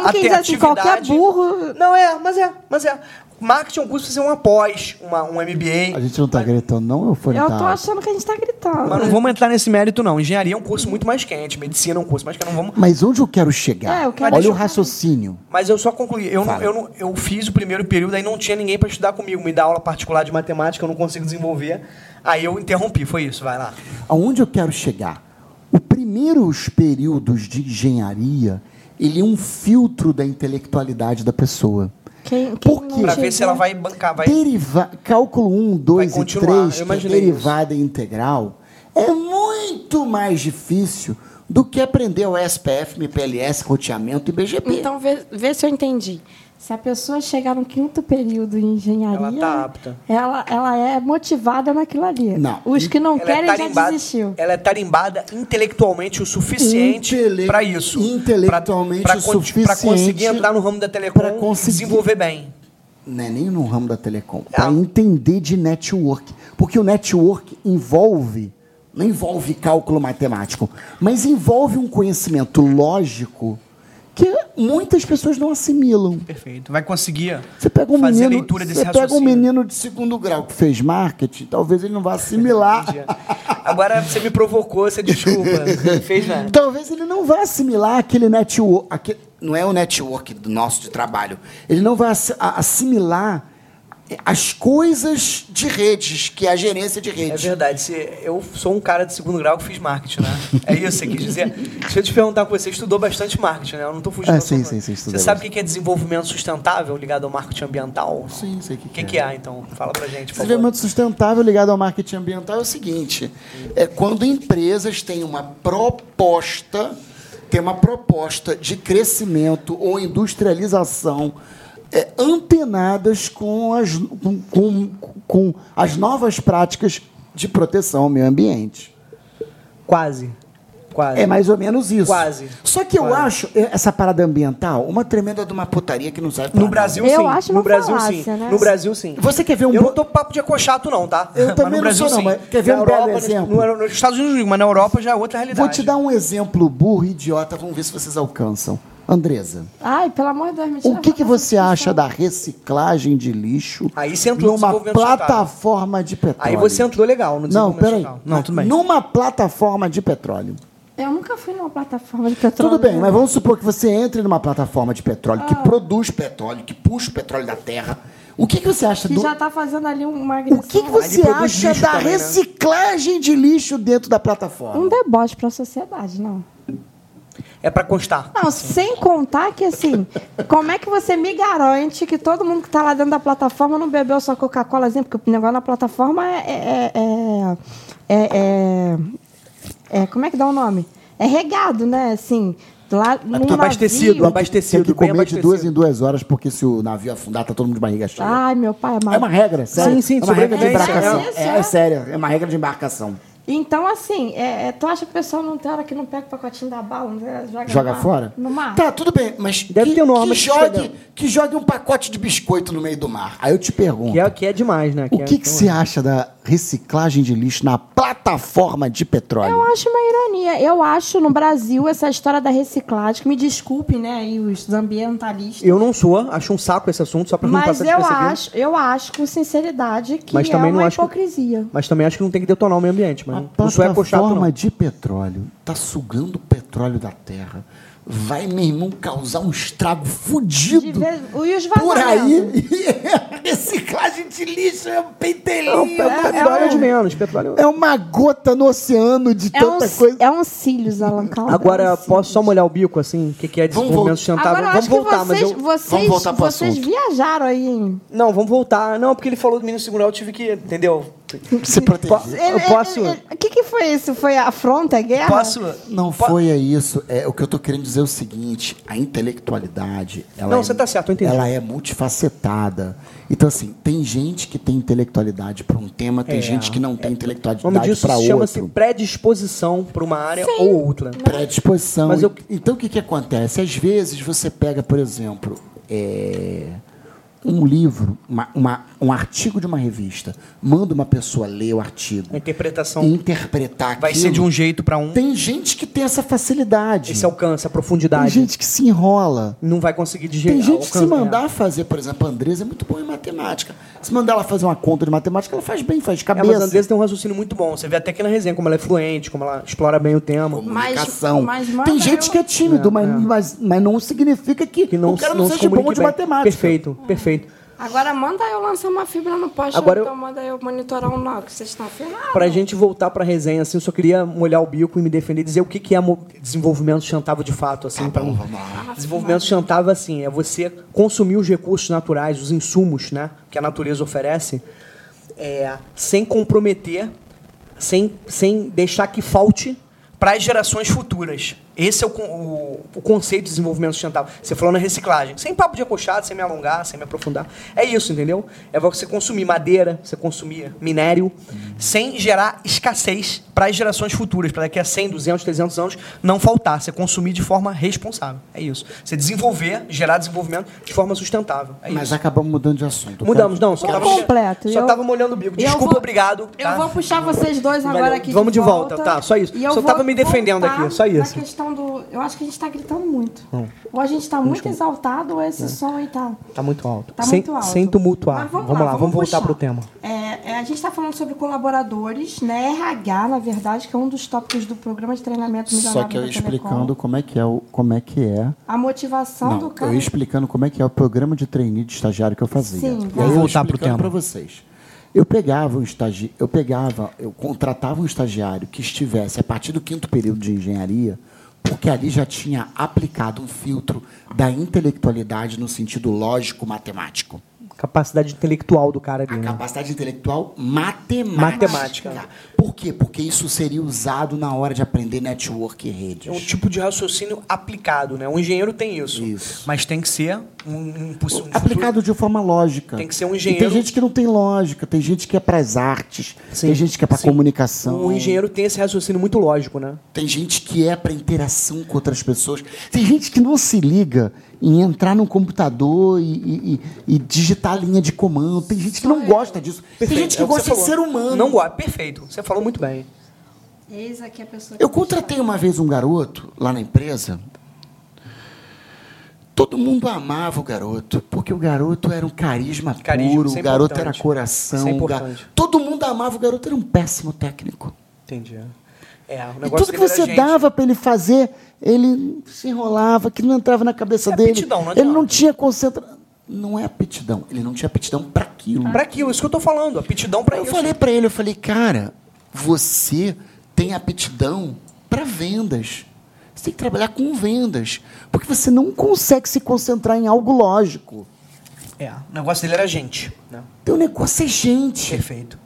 até
quem quiser, assim, qualquer
atividade-
burro-
Não, é, mas é, mas é. Marketing é um curso pra fazer um após, uma, um
A
MBA.
gente não tá gritando, não, ou foi
Eu
tá?
tô achando que a gente tá gritando.
Mas não vamos entrar nesse mérito, não. Engenharia é um curso muito mais quente, medicina é um curso mais quente, não vamos.
Mas onde eu quero chegar?
É, eu quero
Olha o
chegar.
raciocínio.
Mas eu só concluí. Eu, não, eu, não- eu fiz o primeiro período, aí não tinha ninguém pra estudar comigo. Me dá aula particular de matemática, eu não consigo desenvolver. Aí eu interrompi, foi isso, vai lá.
Aonde eu quero chegar? O primeiro, os períodos de engenharia, ele é um filtro da intelectualidade da pessoa.
Quem, quem
Por
não
quê?
Pra
chegou-
ver se ela vai bancar, vai.
Então,
Deriva... Cálculo 1, 2 e
continuar,
3,
eu
que é
imaginei isso.
derivada e integral, é muito mais difícil do que aprender o SPF, MPLS, roteamento e BGP.
Então, vê, vê se eu entendi. Se a pessoa chegar no quinto período em engenharia,
Ela tá apta.
ela, ela é motivada naquilo ali.
Não.
Os que não
Ela é,
querem já
tarimbada,
desistiu.
ela é tarimbada intelectualmente o suficiente
Intele-
pra isso.
intelectualmente
Pra-
o
pra conti- pra conseguir
suficiente
entrar no ramo da telecom
pra
e
conseguir-
desenvolver bem.
Não é nem no ramo da telecom.
É.
Para entender de network. Porque o network envolve, não envolve cálculo matemático, mas envolve um conhecimento lógico que muitas pessoas não assimilam.
Perfeito. Vai conseguir
Você pega um
fazer
menino,
a leitura desse
você
raciocínio.
pega um menino de segundo grau que fez marketing, talvez ele não
Ah.
vá assimilar.
Agora você me provocou, você desculpa. Fez nada.
Talvez ele não vá assimilar aquele network. Aquele, não é o network do nosso de trabalho. Ele não vai assi- a- assimilar eh, as coisas de redes, que é a gerência de
É
redes.
verdade, se- eu sou um cara de segundo grau que fiz marketing, né? É isso, você quis dizer. Deixa eu te perguntar com você, estudou bastante marketing, né? Eu não tô fugindo.
Ah,
da sua
sim,
pergunta.
sim, sim, estudei
Você sabe o que que é desenvolvimento sustentável ligado ao marketing ambiental?
Sim, sei o
O que, que é, então? Fala pra gente, por favor.
Desenvolvimento sustentável ligado ao marketing ambiental é o seguinte: é quando empresas têm uma proposta, têm uma proposta de crescimento ou industrialização é, antenadas com as, com, com, com as novas práticas de proteção ao meio ambiente.
Quase. Quase.
É mais ou menos isso.
Quase.
Só que eu acho é, essa parada ambiental uma tremenda de uma putaria que não serve pra
No
nada.
Brasil,
Eu
sim.
acho
no
uma
Brasil,
falácia,
sim.
né?
No Brasil, sim.
Você quer ver um
Eu não
bo-
tô papo de ecochato, não, tá?
Eu
Mas
também
no
não
Brasil,
sou, não,
sim.
mas quer ver
Na
um belo
Europa, nos-
exemplo?
no- nos Estados Unidos, não digo, mas na Europa já é outra realidade.
Vou te dar um exemplo burro e idiota, vamos ver se vocês alcançam. Andresa,
Ai, pelo amor de Deus, me tira
o que,
essa
que você
discussão.
acha da reciclagem de lixo
Aí você entrou no
numa
desenvolvimento sustentável.
plataforma de petróleo?
Aí você entrou legal no
Então, Não,
é
desenvolvimento
peraí.
local. Não, tudo bem.
Numa plataforma de petróleo.
Eu nunca fui numa plataforma de petróleo. né?
Tudo bem, mas vamos supor que você entre numa plataforma de petróleo
Ah.
que produz petróleo, que puxa o petróleo da terra. O que, que você acha
Que
do.
já tá fazendo ali uma agressão.
O que, que você
produz
acha
lixo
da
também, né?
reciclagem de lixo dentro da plataforma?
Um deboche pra sociedade, não.
É pra constar.
Não, sem contar que, assim, como é que você me garante que todo mundo que tá lá dentro da plataforma não bebeu sua Coca-Colazinha? Porque o negócio na plataforma é. É. é, é, é- é- como é que dá o nome? É regado, né? Assim, lá no.
é
navio-
abastecido, abastecido.
Tem que
bem
comer de
abastecido.
duas em duas horas, porque se o navio afundar, tá todo mundo de barriga cheia.
Ai, meu pai amado.
É uma regra, sério.
Sim, sim,
é uma regra de
sobrevivência,
embarcação.
né?
É, é sério, é uma regra de embarcação.
Então, assim, é, é, tu acha que o pessoal não tem hora que não pega o pacotinho da bala, né? joga,
Joga
no mar-
fora?
No mar?
Tá, tudo bem, mas
Deve
que,
ter norma
que,
de
jogue,
escolher.
que jogue um pacote de biscoito no meio do mar. Aí eu te pergunto,
Que é, que é demais, né?
o
é-
que, que você acha da reciclagem de lixo na plataforma de
Eu
petróleo?
acho uma ironia. Eu acho no Brasil essa história da reciclagem, que me desculpem, né, aí os ambientalistas.
Eu não sou, acho um saco esse assunto, só pra não
mas
passar
eu
despercebido.
acho, eu acho com sinceridade que
Mas também
é
não
uma
acho que-
hipocrisia.
Mas também acho que não tem que detonar o meio ambiente,
A
mano. Não sou ecochato,
plataforma
não.
de petróleo tá sugando o petróleo da terra. Vai, meu irmão, causar um estrago
De
fudido.
vez- E os
Por
vazamentos?
aí, reciclagem de lixo é um pentelinho.
Petróleo
um-
é de menos, petróleo.
É uma gota no oceano de
É
tanta
um,
coisa.
é um cílios, Alan Calma. é um
Agora,
cílios.
posso só molhar o bico, assim? O que, que é
voltar.
desenvolvimento sustentável?
Agora eu
vamos
acho
voltar,
que
mas
vocês,
eu...
vocês,
Vamos voltar pro
vocês
assunto.
viajaram aí em...
Não, vamos voltar. Não, porque ele falou do menino segundo grau, eu tive que... Entendeu?
Se proteger.
Eu posso-
O que, que foi isso? Foi afronta, a guerra?
Posso.
Não foi é isso. É, o que eu tô querendo dizer é o seguinte: a intelectualidade. Ela
Não,
é-
você tá certo, eu entendi.
Ela é multifacetada. Então, assim, tem gente que tem intelectualidade para um tema, tem gente que não
O É.
tem
nome
intelectualidade
disso
para
chama-se
outro.
predisposição pra uma área ou outra.
Predisposição.
Mas eu-
Então, o que, que acontece? Às vezes você pega, por exemplo, é, um livro, uma- uma- um artigo de uma revista, manda uma pessoa ler o artigo,
A interpretação
e interpretar
Vai ser de um jeito pra um.
Tem gente que tem essa facilidade.
esse é alcance, a
Tem
profundidade.
gente que se enrola.
Não vai conseguir digerir.
Tem gente que se
alcançar.
mandar fazer, por exemplo, a Andresa é muito boa em matemática. Se mandar ela fazer uma conta de matemática, ela faz bem, faz de
É,
cabeça.
mas a Andressa tem um raciocínio muito bom. Você vê até aqui na resenha como ela é fluente, como ela explora bem o tema.
Mas- tipo,
Comunicação.
mas manda
tem gente
eu-
que é tímido, mas, mas, mas não significa que,
Que não,
o cara
se-
não,
se
seja bom
comunique
de
bem.
matemática.
Perfeito, perfeito.
Agora manda eu lançar uma fibra no poste,
Agora eu-
então manda eu monitorar um nó, que vocês estão ferrados.
Pra gente voltar pra resenha, assim, eu só queria molhar o bico e me defender, dizer o que, que é mo- desenvolvimento sustentável de fato, assim, pra mim. Desenvolvimento sustentável, assim, é você consumir os recursos naturais, os insumos, né, que a natureza oferece, é, sem comprometer, sem, sem deixar que falte
para as gerações futuras. Esse é o, con- o-
o conceito de desenvolvimento sustentável. Você falou na reciclagem. Sem papo de acochado, sem me alongar, sem me aprofundar. É isso, entendeu? É você consumir madeira, você consumir minério,
sem gerar escassez para as gerações futuras, para daqui a 100, 200, 300 anos não faltar, você consumir de forma responsável. É isso. Você desenvolver, gerar desenvolvimento de forma sustentável. É
Mas
isso.
acabamos mudando de assunto.
Mudamos, não, só
Por
tava,
completo,
só
eu-
tava molhando o bico.
E eu
Desculpa,
vou-
obrigado, tá?
Eu vou puxar vocês dois agora
Valeu.
aqui.
Vamos de
de
volta, tá, só isso.
E eu
Só
vou
tava me defendendo
voltar
aqui, só isso. Hum.
Na questão do. Eu acho que a gente tá gritando muito. Ou a gente tá muito exaltado, ou esse som e tal.
Tá muito alto.
Tá
sem,
muito alto.
sem tumultuar.
Mas
Vamos, lá, vamos voltar
puxar.
pro tema.
É, é, a gente está falando sobre colaboradores, né? RH, na verdade, que é um dos tópicos do programa de treinamento
Só
milionário
que eu
da
ia
Telecom.
explicando como é que é o, como é que é.
A motivação do
Não,
cara.
eu ia explicando como é que é o programa de trainee de estagiário que eu fazia.
Sim,
E aí
tá.
eu ia
Voltar pro
explicando
tema.
pra vocês. Eu pegava um estagi... eu pegava, eu contratava um estagiário que estivesse a partir do quinto período de engenharia, porque ali já tinha aplicado um filtro da intelectualidade no sentido lógico matemático.
Capacidade intelectual do cara ali,
A
né?
capacidade intelectual matemática.
Matemática.
Por quê? Porque isso seria usado na hora de aprender network e
É um
redes.
tipo de raciocínio aplicado, né? Um engenheiro tem isso.
Isso.
Mas tem que ser um, um, possi- um futuro-
Aplicado de forma lógica.
Tem que ser um
E
engenheiro-
tem gente que não tem lógica, tem gente que é para as artes,
Sim,
tem gente que é para
sim.
comunicação.
um
O engenheiro tem esse raciocínio muito lógico, né?
Um Tem gente que é para interação com outras pessoas. Tem gente que não se liga em entrar num computador e, e- e- e digitar a linha de comando. Tem gente que não gosta disso. Tem gente que
É o você
gosta de
falou.
ser humano.
Não gosta. Perfeito. Você falou muito bem.
Eis aqui a pessoa que
Eu contratei uma vez um garoto lá na empresa. Todo mundo amava o garoto, porque o garoto era um carisma
Carisma,
puro,
isso é
o garoto
importante.
era
Isso é
coração. o ga-
importante.
Todo mundo amava o garoto, era um péssimo técnico.
Entendi. É, o
E
negócio
tudo que
dele era
você
gente.
dava para ele fazer, ele se enrolava, que não entrava na cabeça
É
dele.
aptidão, não
ele
adianta.
não tinha concentração. Não é aptidão, ele não tinha aptidão para aquilo.
Pra aquilo, isso que eu tô falando. Aptidão pra
Eu
isso.
falei pra ele, eu falei, cara, você tem aptidão pra vendas. Você tem que trabalhar com vendas, porque você não consegue se concentrar em algo lógico.
É, o negócio dele era gente. Né?
Teu negócio é gente.
Perfeito.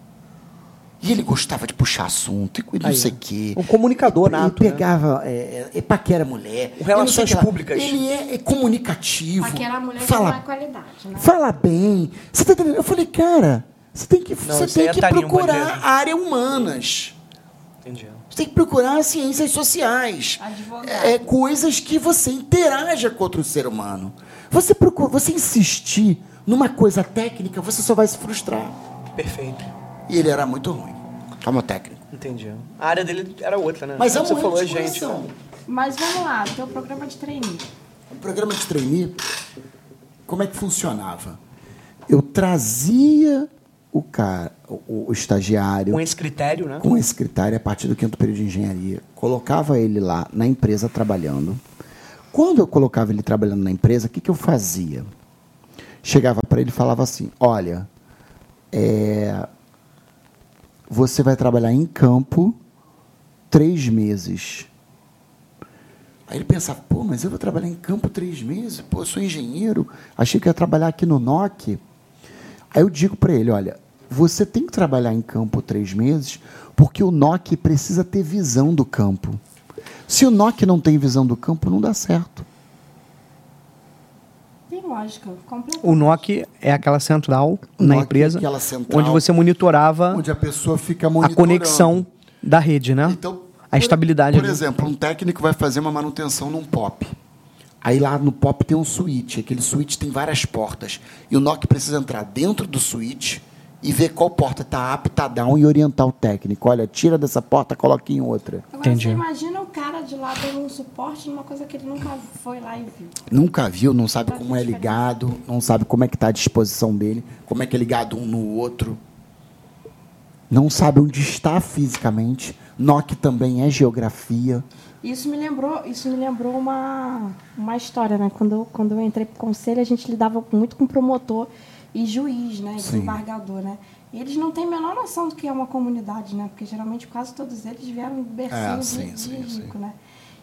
E ele gostava de puxar assunto e não sei o quê.
Um comunicador
Ele
nato, né?
pegava é, é, é, paquera mulher.
O relações
e não sei o que lá.
públicas.
Ele é, é comunicativo.
Aquela mulher
fala,
que não é qualidade, né?
fala bem. Você tá entendendo? Eu falei, cara, você tem que, você
isso aí
tem
é
que
tarimba
procurar
dele.
a área humanas.
Entendi.
Você tem que procurar as ciências sociais.
Advogado.
É, coisas que você interaja com outro ser humano. Você procura, você insistir numa coisa técnica, você só vai se frustrar.
Perfeito.
E ele era muito ruim. Como técnico.
Entendi. A área dele era outra, né?
Mas é
Como
um
você falou, é gente.
gente.
Mas vamos lá, teu programa de trainee.
O Um programa de trainee, como é que funcionava? Eu trazia o cara, o, o estagiário,
Com esse critério, né?
com a secretária a partir do quinto período de engenharia. Colocava ele lá na empresa trabalhando. Quando eu colocava ele trabalhando na empresa, o que, que eu fazia? Chegava para ele e falava assim: Olha, é, você vai trabalhar em campo três meses. Aí ele pensava, pô, mas eu vou trabalhar em campo três meses? Pô, eu sou engenheiro, achei que ia trabalhar aqui no NOC. Aí eu digo para ele, olha, você tem que trabalhar em campo três meses porque o NOC precisa ter visão do campo. Se o NOC não tem visão do campo, não dá certo.
Tem lógica, completamente.
O NOC é aquela central na
NOC é
empresa
aquela central
onde você monitorava
a pessoa fica Então,
a conexão da rede, né? a
por-
estabilidade.
Por
ali.
exemplo, um técnico vai fazer uma manutenção num pop. Aí lá no pop tem um suíte, aquele suíte tem várias portas. E o NOC precisa entrar dentro do suíte e ver qual porta está apta a down e orientar o técnico. Olha, tira dessa porta, coloca em outra.
Agora,
Entendi.
você imagina o cara de lá dando um suporte numa coisa que ele nunca foi lá e viu.
Nunca viu, não sabe como é ligado, não sabe como é que está a disposição dele, como é que é ligado um no outro. Não sabe onde está fisicamente. NOC também é geografia.
Isso me lembrou, isso me lembrou uma, uma história, né? Quando eu, quando eu entrei pro conselho, a gente lidava muito com promotor e juiz, né? E desembargador, né? E eles não têm a menor noção do que é uma comunidade, né? Porque geralmente quase todos eles vieram do bercinho
É,
de-
sim,
de
sim, sim.
rico, né?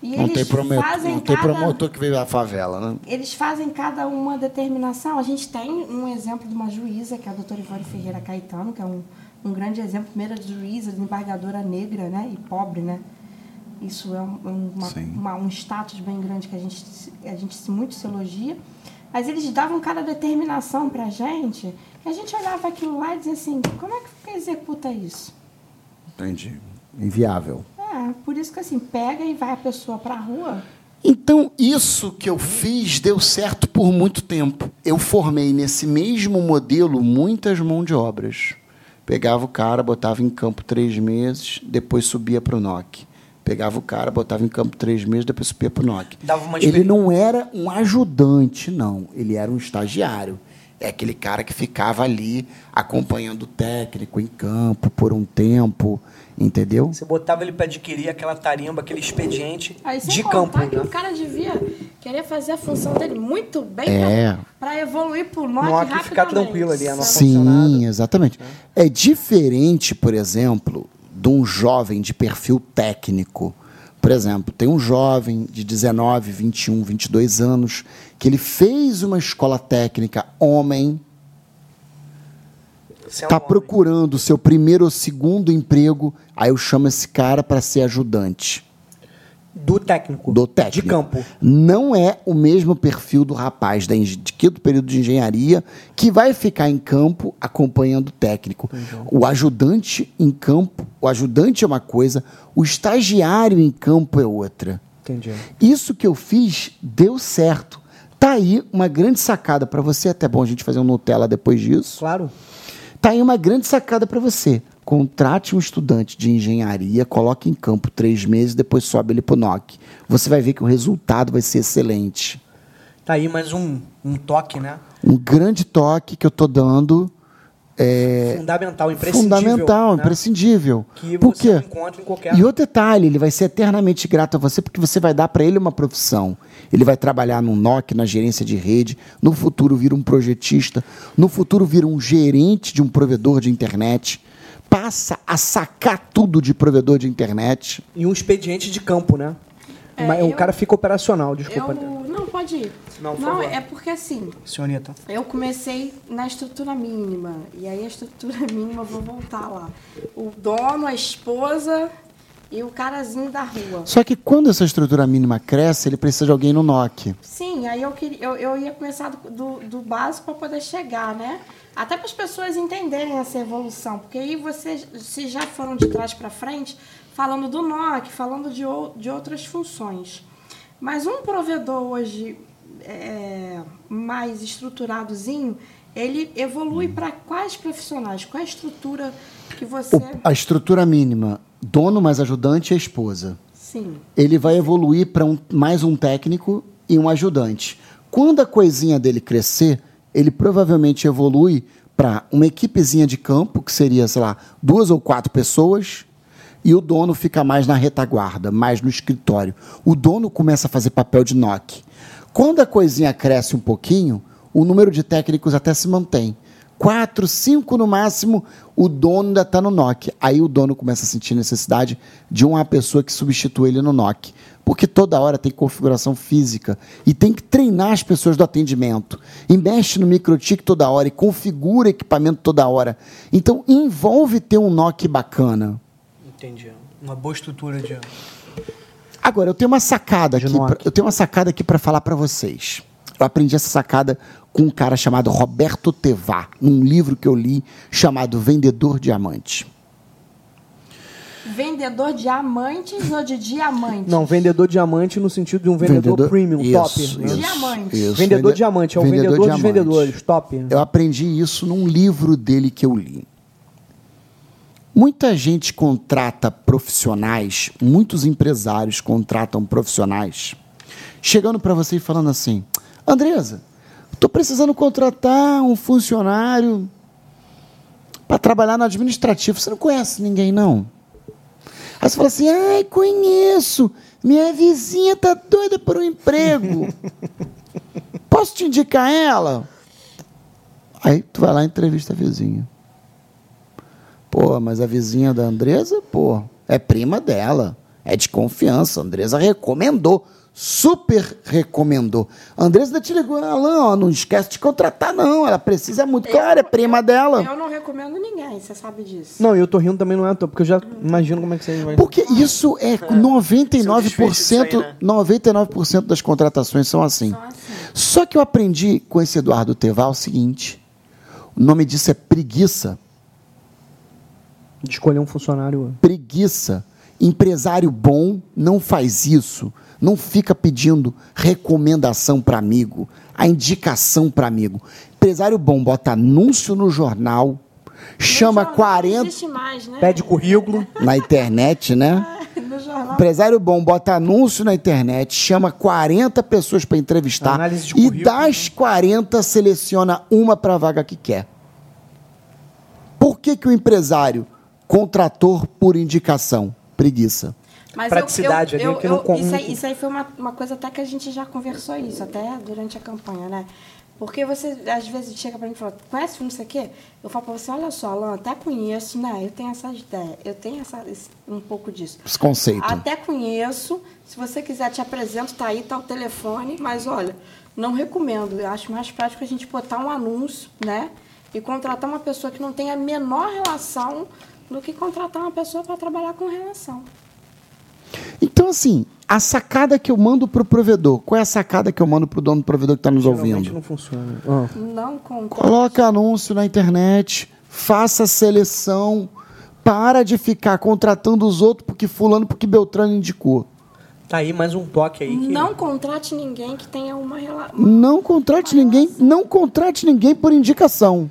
E
Não
eles
tem, promet-
fazem
não tem
cada-
promotor que veio da favela, né?
eles fazem cada uma determinação. A gente tem um exemplo de uma juíza, que é a doutora Ivone Ferreira Caetano, que é um, um grande exemplo, primeira juíza, desembargadora negra né, e pobre, né? Isso é um, um- uma-
Sim.
uma- um status bem grande que a gente, se- a gente se- muito se elogia. Mas eles davam cada determinação pra gente, que a gente olhava aquilo lá e dizia assim, como é que executa isso?
Entendi.
Inviável.
É, por isso que assim, pega e vai a pessoa pra rua,
Então, isso que eu fiz deu certo por muito tempo. Eu formei nesse mesmo modelo muitas mão de obras. Pegava o cara, botava em campo três meses, depois subia para o NOC. Pegava o cara, botava em campo três meses, depois subia para o NOC.
Dava uma
Ele
experi-
não era um ajudante, não. Ele era um estagiário. É aquele cara que ficava ali acompanhando o técnico em campo por um tempo, entendeu?
Você botava ele pra adquirir aquela tarimba, aquele expediente
Aí tá sem
de campo.
contar
né?
que o cara devia querer fazer a função dele muito bem
É.
pra, pra evoluir pro norte
Noque e
rapidamente.
ficar tranquilo ali, é a nossa-
sabe?
Sim,
funcionado.
Né?
exatamente. É diferente, por exemplo, de um jovem de perfil técnico. Por exemplo, tem um jovem de 19, 21, 22 anos que ele fez uma escola técnica homem,
Você é um
está
homem.
procurando o seu primeiro ou segundo emprego, aí eu chamo esse cara para ser ajudante
Do técnico.
do técnico.
De campo.
Não é o mesmo perfil do rapaz da engen- de quinto período de engenharia que vai ficar em campo acompanhando o técnico. O ajudante em campo, o ajudante é uma coisa, o estagiário em campo é outra.
Entendi.
Isso que eu fiz deu certo. Tá aí uma grande sacada para você, até bom a gente fazer um Nutella depois disso.
Claro.
Tá aí uma grande sacada para você. Contrate um estudante de engenharia, coloque em campo três meses, depois sobe ele pro NOC. Você vai ver que o resultado vai ser excelente.
Tá aí mais um, um toque, né?
Um grande toque que eu tô dando é
Fundamental, imprescindível.
fundamental,
né?
imprescindível.
Que
Por
você
quê?
não encontra em qualquer-
E outro detalhe, ele vai ser eternamente grato a você porque você vai dar para ele uma profissão. Ele vai trabalhar no NOC, na gerência de rede, no futuro vira um projetista, no futuro vira um gerente de um provedor de internet. Passa a sacar tudo de provedor de internet.
E um expediente de campo, né? Mas o
É, eu-
cara fica operacional, desculpa.
Eu,
né?
não, pode ir.
né? Não, por favor.
é porque assim,
Senhorita.
eu comecei na estrutura mínima. E aí a estrutura mínima, eu vou voltar lá. O dono, a esposa e o carazinho da rua.
Só que quando essa estrutura mínima cresce, ele precisa de alguém no NOC.
Sim, aí eu, queria, eu, eu ia começar do, do, do básico para poder chegar, né? Até para as pessoas entenderem essa evolução, porque aí vocês, se já foram de trás para frente, falando do NOC, falando de, ou, de outras funções. Mas um provedor hoje é, mais estruturadozinho, ele evolui para quais profissionais? Qual é a estrutura que você.
O- a estrutura mínima, dono mais ajudante e a esposa.
Sim.
ele vai evoluir para mais um técnico e um ajudante. Quando a coisinha dele crescer, ele provavelmente evolui para uma equipezinha de campo, que seria, sei lá, duas ou quatro pessoas, e o dono fica mais na retaguarda, mais no escritório. O dono começa a fazer papel de NOC. Quando a coisinha cresce um pouquinho, o número de técnicos até se mantém. Quatro, cinco no máximo, o dono ainda está no NOC. Aí o dono começa a sentir necessidade de uma pessoa que substitua ele no NOC. Porque toda hora tem configuração física e tem que treinar as pessoas do atendimento. E mexe no microtique toda hora e configura equipamento toda hora. Então envolve ter um NOC bacana.
Entendi. Uma boa estrutura de.
Agora, eu tenho uma sacada aqui,
Nock.
pra- eu tenho uma sacada aqui para falar para vocês. Eu aprendi essa sacada com um cara chamado Roberto Tevá, num livro que eu li chamado Vendedor Diamante.
Vendedor de amantes ou de diamantes?
Não, vendedor diamante no sentido de um vendedor, premium, top. né?
isso. Diamante.
Vendedor
Vende-
diamante, é o vendedor, dos
diamante.
vendedores, top. né?
Eu aprendi isso num livro dele que eu li. Muita gente contrata profissionais, muitos empresários contratam profissionais, chegando para você e falando assim: Andresa, estou precisando contratar um funcionário para trabalhar no administrativo. Você não conhece ninguém, não? Aí você fala assim: ai, conheço, minha vizinha tá doida por um emprego. Posso te indicar ela? Aí tu vai lá e entrevista a vizinha. Pô, mas a vizinha da Andresa, pô, é prima dela. É de confiança. A Andresa recomendou. Super recomendou. A Andresa ainda te ligou, Alain, ó, não esquece de contratar, não. Ela precisa muito. Cara, é prima dela.
Eu não recomendo ninguém, você sabe disso.
Não, e eu tô rindo também não é à toa, porque eu já imagino como é que você vai.
Porque isso é 99%,
Isso é um desfecho disso aí, né?
99% das contratações são assim. Só que eu aprendi com esse Eduardo Teval o seguinte: o nome disso é preguiça.
De escolher um funcionário.
preguiça. Empresário bom não faz isso. Não fica pedindo recomendação para amigo, a indicação para amigo. Empresário bom bota anúncio no jornal, chama
No jornal Não
40
existe mais, né?
Pede currículo.
na internet, né?
No jornal.
Empresário bom bota anúncio na internet, chama 40 pessoas para entrevistar
Análise de
e
currículo, né?
das 40 seleciona uma para a vaga que quer. Por que, que o empresário contratou por indicação? Preguiça.
Mas
praticidade ali, que não com-
isso, aí, isso aí foi uma, uma coisa até que a gente já conversou isso, até durante a campanha, né? Porque você, às vezes, chega pra mim e fala, conhece não sei o quê? Eu falo pra você, olha só, Alan, até conheço, né? Eu tenho essa ideia, eu tenho essa, esse- um pouco disso.
Esse conceito.
Até conheço, se você quiser te apresento, tá aí, tá o telefone, mas olha, não recomendo. Eu acho mais prático a gente botar um anúncio, né? E contratar uma pessoa que não tem a menor relação do que contratar uma pessoa para trabalhar com relação.
Então, assim, a sacada que eu mando pro provedor, qual é a sacada que eu mando pro dono do provedor que está nos
Realmente
ouvindo?
não funciona. Ah.
Não contra.
Coloca anúncio na internet, faça seleção, para de ficar contratando os outros porque fulano, porque Beltrano indicou.
Tá aí mais um toque aí que.
Não contrate ninguém que tenha uma relação.
Não contrate ninguém, não contrate ninguém por indicação.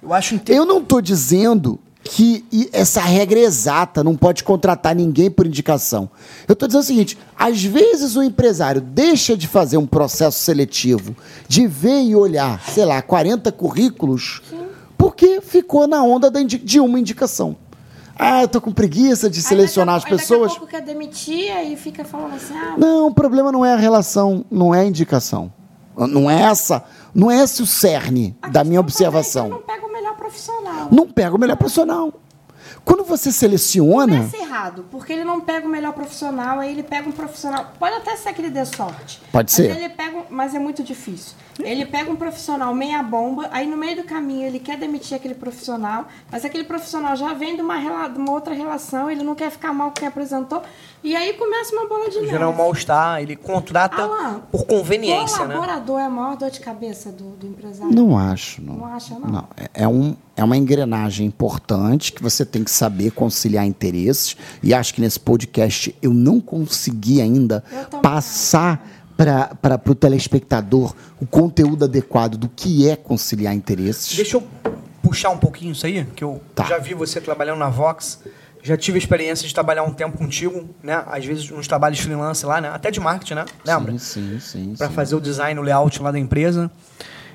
Eu acho inte-
Eu não estou dizendo que e- essa regra é exata, não pode contratar ninguém por indicação. Eu estou dizendo o seguinte: às vezes o empresário deixa de fazer um processo seletivo, de ver e olhar, sei lá, 40 currículos, porque ficou na onda da indi- de uma indicação. Ah, eu tô com preguiça de selecionar as pessoas.
é Daqui a pouco quer demitir e fica falando assim, ah,
Não, o problema não é a relação, não é a indicação. Não é essa, não é esse o cerne
a questão
da minha
também é que
observação
eu Não pega o melhor profissional.
não pega o melhor profissional. Quando você seleciona,
Começa errado, porque ele não pega o melhor profissional, aí ele pega um profissional. Pode até ser que ele dê sorte. Mas
Pode ser.
ele pega um- mas é muito difícil. Ele pega um profissional meia bomba, aí no meio do caminho ele quer demitir aquele profissional, mas aquele profissional já vem de uma, rela- de uma outra relação, ele não quer ficar mal com quem apresentou, e aí começa uma bola de neve.
Geral mal-estar, ele contrata
Alan,
por conveniência, né?
colaborador é a maior dor de cabeça do, do empresário?
não acho. Não,
assim. Não acha, não?
É, é um, é uma engrenagem importante que você tem que saber conciliar interesses. E acho que nesse podcast eu não consegui ainda
Eu também
passar para o telespectador o conteúdo adequado do que é conciliar interesses.
Deixa eu puxar um pouquinho isso aí, que eu
Tá.
já vi você trabalhando na Vox, já tive a experiência de trabalhar um tempo contigo, né? Às vezes uns trabalhos freelance lá, né? Até de marketing, né? Lembra?
Sim, sim, sim.
Pra fazer o design, o layout lá da empresa.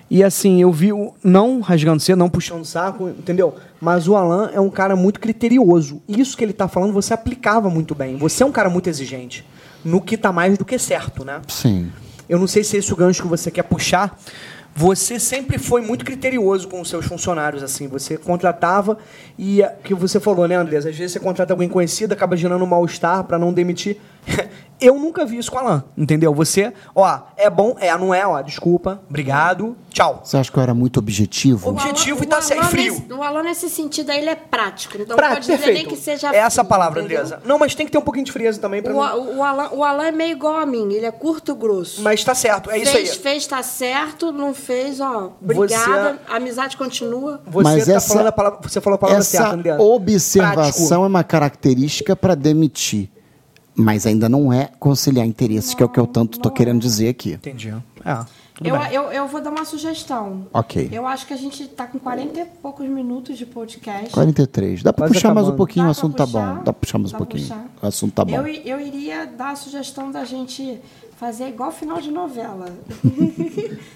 E assim, eu vi o não rasgando cedo, não puxando
puxando o saco, entendeu? Mas o Alan é um cara muito criterioso. Isso que ele tá falando, você aplicava muito bem. Você é um cara muito exigente. No que tá mais do que certo, né?
Sim.
Eu não sei se é esse o gancho que você quer puxar.
Você
sempre foi muito criterioso com os seus funcionários, assim. Você contratava e, é, que você falou, né, Andrés? Às vezes você contrata alguém conhecido, acaba gerando um mal-estar para não demitir. Eu nunca vi isso com a Alain, entendeu? Você, ó, é bom, é, não é, ó, desculpa, obrigado, tchau.
Você acha que eu era muito objetivo?
Obje- Objetivo e tá sem
Alan
frio.
nesse- O Alan, nesse sentido, aí, ele é prático. Então
Pra-
pode dizer nem que seja
É essa a
frio,
palavra,
entendeu?
Andresa. Não, mas tem que ter um pouquinho de frieza também pra
O,
mim.
o, Alan, o Alan é meio igual a mim, ele é curto e grosso.
Mas tá certo, é isso
fez,
aí.
fez, tá certo, não fez, ó.
Você-
Obrigada,
é-
a amizade continua.
Você
Mas
tá
essa-
falando a palavra, você falou a palavra certa,
Essa
Andresa.
observação
Prático.
é uma característica para demitir. Mas ainda não é conciliar interesses, que é o que eu tanto tô querendo dizer aqui.
Entendi. É. tudo
Eu,
bem.
eu, eu vou dar uma sugestão.
Ok.
Eu acho que a gente tá com 40 e poucos minutos de podcast.
43. Dá pra
Quase
puxar mais um
acabando.
pouquinho,
Dá
o
pra
assunto tá
puxar?
bom. Dá pra puxar mais um
Dá pra
pouquinho.
puxar?
O assunto tá bom.
Eu, eu iria dar a sugestão da gente fazer igual final de novela.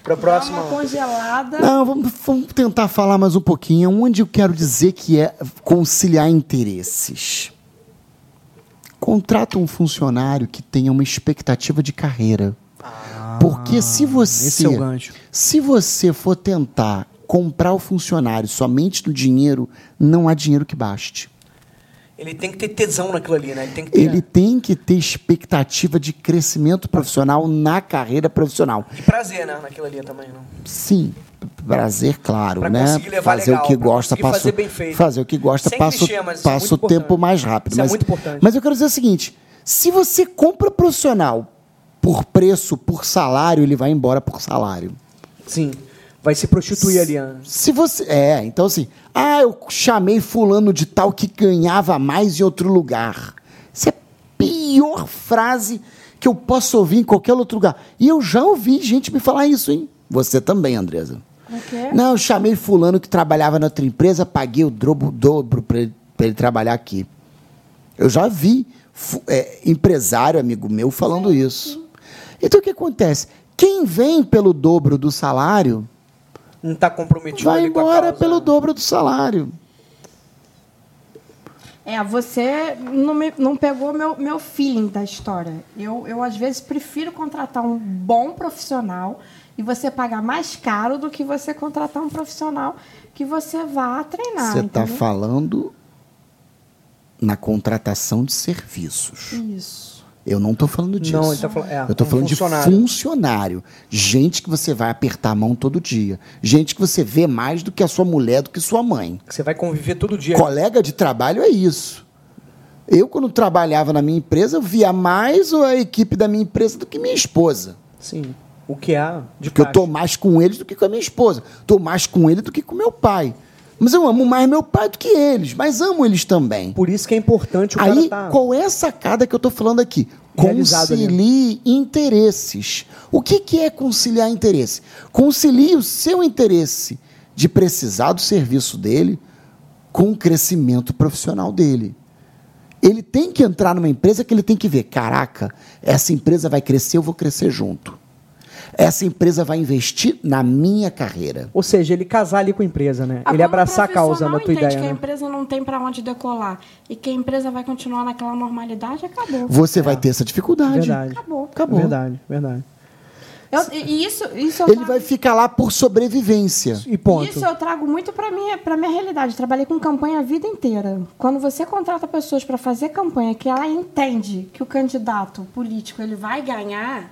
Pra próxima.
Dar uma congelada.
Não, vamos, vamos tentar falar mais um pouquinho. Onde eu quero dizer que é conciliar interesses? Contrata um funcionário que tenha uma expectativa de carreira. Porque
Ah,
se
esse
você,
é o gancho.
se você for tentar comprar o funcionário somente do dinheiro, não há dinheiro que baste.
Ele tem que ter tesão naquilo ali, né? Ele tem que
É.
ter...
Ele tem que ter expectativa de crescimento profissional na carreira profissional.
E prazer, né? Naquilo ali também, não.
Sim, prazer, claro,
Pra
né?
conseguir levar
Fazer
legal,
o que
pra
gosta,
conseguir
passa
fazer bem feito.
fazer o que gosta,
Sem
passa, o-
clichê, mas isso é
passa
muito
o tempo
importante.
mais rápido.
Isso é
mas,
muito importante.
mas eu quero dizer o seguinte: se você compra profissional por preço, por salário, ele vai embora por salário.
Sim. Vai se prostituir ali, né? Ana.
Se você. É, então assim. Ah, eu chamei fulano de tal que ganhava mais em outro lugar. Isso é a pior frase que eu posso ouvir em qualquer outro lugar. E eu já ouvi gente me falar isso, hein? Você também, Andresa.
O quê?
Não, eu chamei fulano que trabalhava na outra empresa, paguei o dobro, dobro para ele, pra ele trabalhar aqui. Eu já vi fu- é, empresário, amigo meu, falando isso. Então o que acontece? Quem vem pelo dobro do salário
Não tá comprometido
vai
ali com a
embora
causa,
pelo
né?
dobro do salário.
É, você não, me- não pegou meu, meu feeling da história. Eu, eu, às vezes, prefiro contratar um bom profissional e você pagar mais caro do que você contratar um profissional que você vá treinar.
Você está
Ah, entendeu?
tá falando na contratação de serviços.
Isso.
Eu não estou falando disso.
Não, ele tá falando. É,
Eu tô
um
falando
funcionário.
de funcionário. Gente que você vai apertar a mão todo dia. Gente que você vê mais do que a sua mulher, do que sua mãe.
Que Você vai conviver todo dia.
Colega de trabalho é isso. Eu, quando trabalhava na minha empresa, eu via mais a equipe da minha empresa do que minha esposa.
Sim. O que é de
Porque eu tô
prática.
mais com eles do que com a minha esposa. Tô mais com ele do que com meu pai. Mas eu amo mais meu pai do que eles. Mas amo eles também.
Por isso que é importante o
Aí,
cara tá...
qual é a sacada que eu tô falando aqui?
Realizado ali.
Concilie interesses. O que, que é conciliar interesse? Concilie o seu interesse de precisar do serviço dele com o crescimento profissional dele. Ele tem que entrar numa empresa que ele tem que ver, caraca, essa empresa vai crescer, eu vou crescer junto. Essa empresa vai investir na minha carreira.
Ou seja, ele casar ali com a empresa, né?
Ah,
ele
quando
abraçar a
o profissional
causa na tua
entende
ideia,
que é a
né?
empresa não tem para onde decolar e que a empresa vai continuar naquela normalidade, acabou.
Você vai ter essa dificuldade.
É. Verdade.
Acabou.
Acabou.
Verdade, verdade.
Eu- e isso, isso eu
Ele
trago-
vai ficar lá por sobrevivência.
E ponto.
Isso é eu trago muito para minha para minha realidade. Trabalhei com campanha a vida inteira. Quando você contrata pessoas para fazer campanha que ela entende que o candidato político ele vai ganhar,